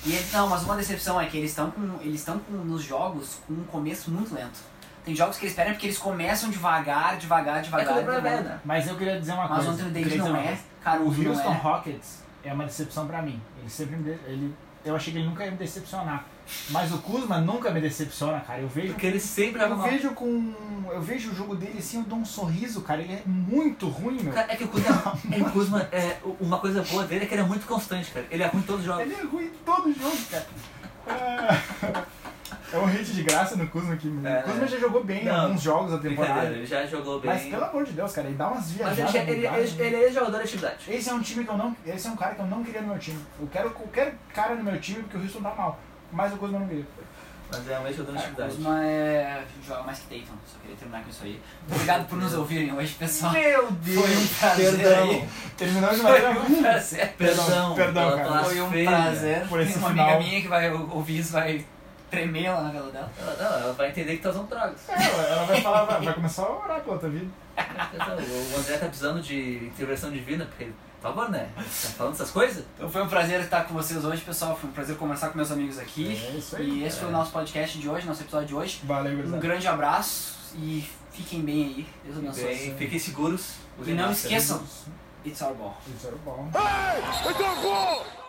E eles, não, mas uma decepção é que eles estão com. Eles estão com nos jogos com um começo muito lento. Tem jogos que eles esperam porque eles começam devagar, devagar, É que devagar. o LeBron é devagar. velho, né? Mas eu queria dizer uma Mas coisa. ontem o eu Davis queria dizer não uma é, coisa. cara, o O Rio Houston não é. Rockets é uma decepção pra mim. Ele sempre me de- ele Eu achei que ele nunca ia me decepcionar. Mas o Kuzma nunca me decepciona, cara. Eu vejo Porque ele sempre joga Eu mal. vejo com. Eu vejo o jogo dele assim, eu dou um sorriso, cara. Ele é muito ruim, meu. Cara, é que o Kuzma, é, o Kuzma é, uma coisa boa dele é que ele é muito constante, cara. Ele é ruim em todos os jogos. Ele é ruim em todo jogo, cara. É- É um hit de graça no Kuzma aqui, meu. É, o Kuzma né? já jogou bem em Não, alguns jogos da Brincadeira, temporada. ele já jogou bem. é Mas pelo amor de Deus, cara, ele dá umas Mas viajadas. né? ele, já- ele, no ele, cara. ele é jogador de atividade. Esse é um time que eu não. Esse é um cara que eu não queria no meu time. Eu quero qualquer cara no meu time porque o Houston tá mal. Mas o Kuzma não queria. Mas é um ex-jogador de Cara, o atividade. Kuzma é... joga mais que Dayton, só queria terminar com isso aí. Obrigado por nos ouvirem hoje, pessoal. Meu Deus! Foi um prazer Perdão. aí. Terminou de Foi maneira um ruim. prazer. Perdão, Perdão, perdão, pela cara. Foi um blasfêmia. prazer. Por esse Tem uma final. amiga minha que vai ouvir isso, vai tremer lá na vela dela. Ela, não, ela vai entender que tá usando drogas. Ela, ela vai falar, vai, vai começar a orar pela tua vida. O André tá precisando de intervenção divina, porque, por favor, né? Tá falando essas coisas? Então foi um prazer estar com vocês hoje, pessoal. Foi um prazer conversar com meus amigos aqui. É isso aí, e esse foi o nosso podcast de hoje, nosso episódio de hoje. Valeu, Um gurizada. grande abraço e fiquem bem aí. Deus abençoe. Bem, fiquem seguros. E não Usem máscara. esqueçam, it's our ball. Isso era bom. Hey, it's our ball.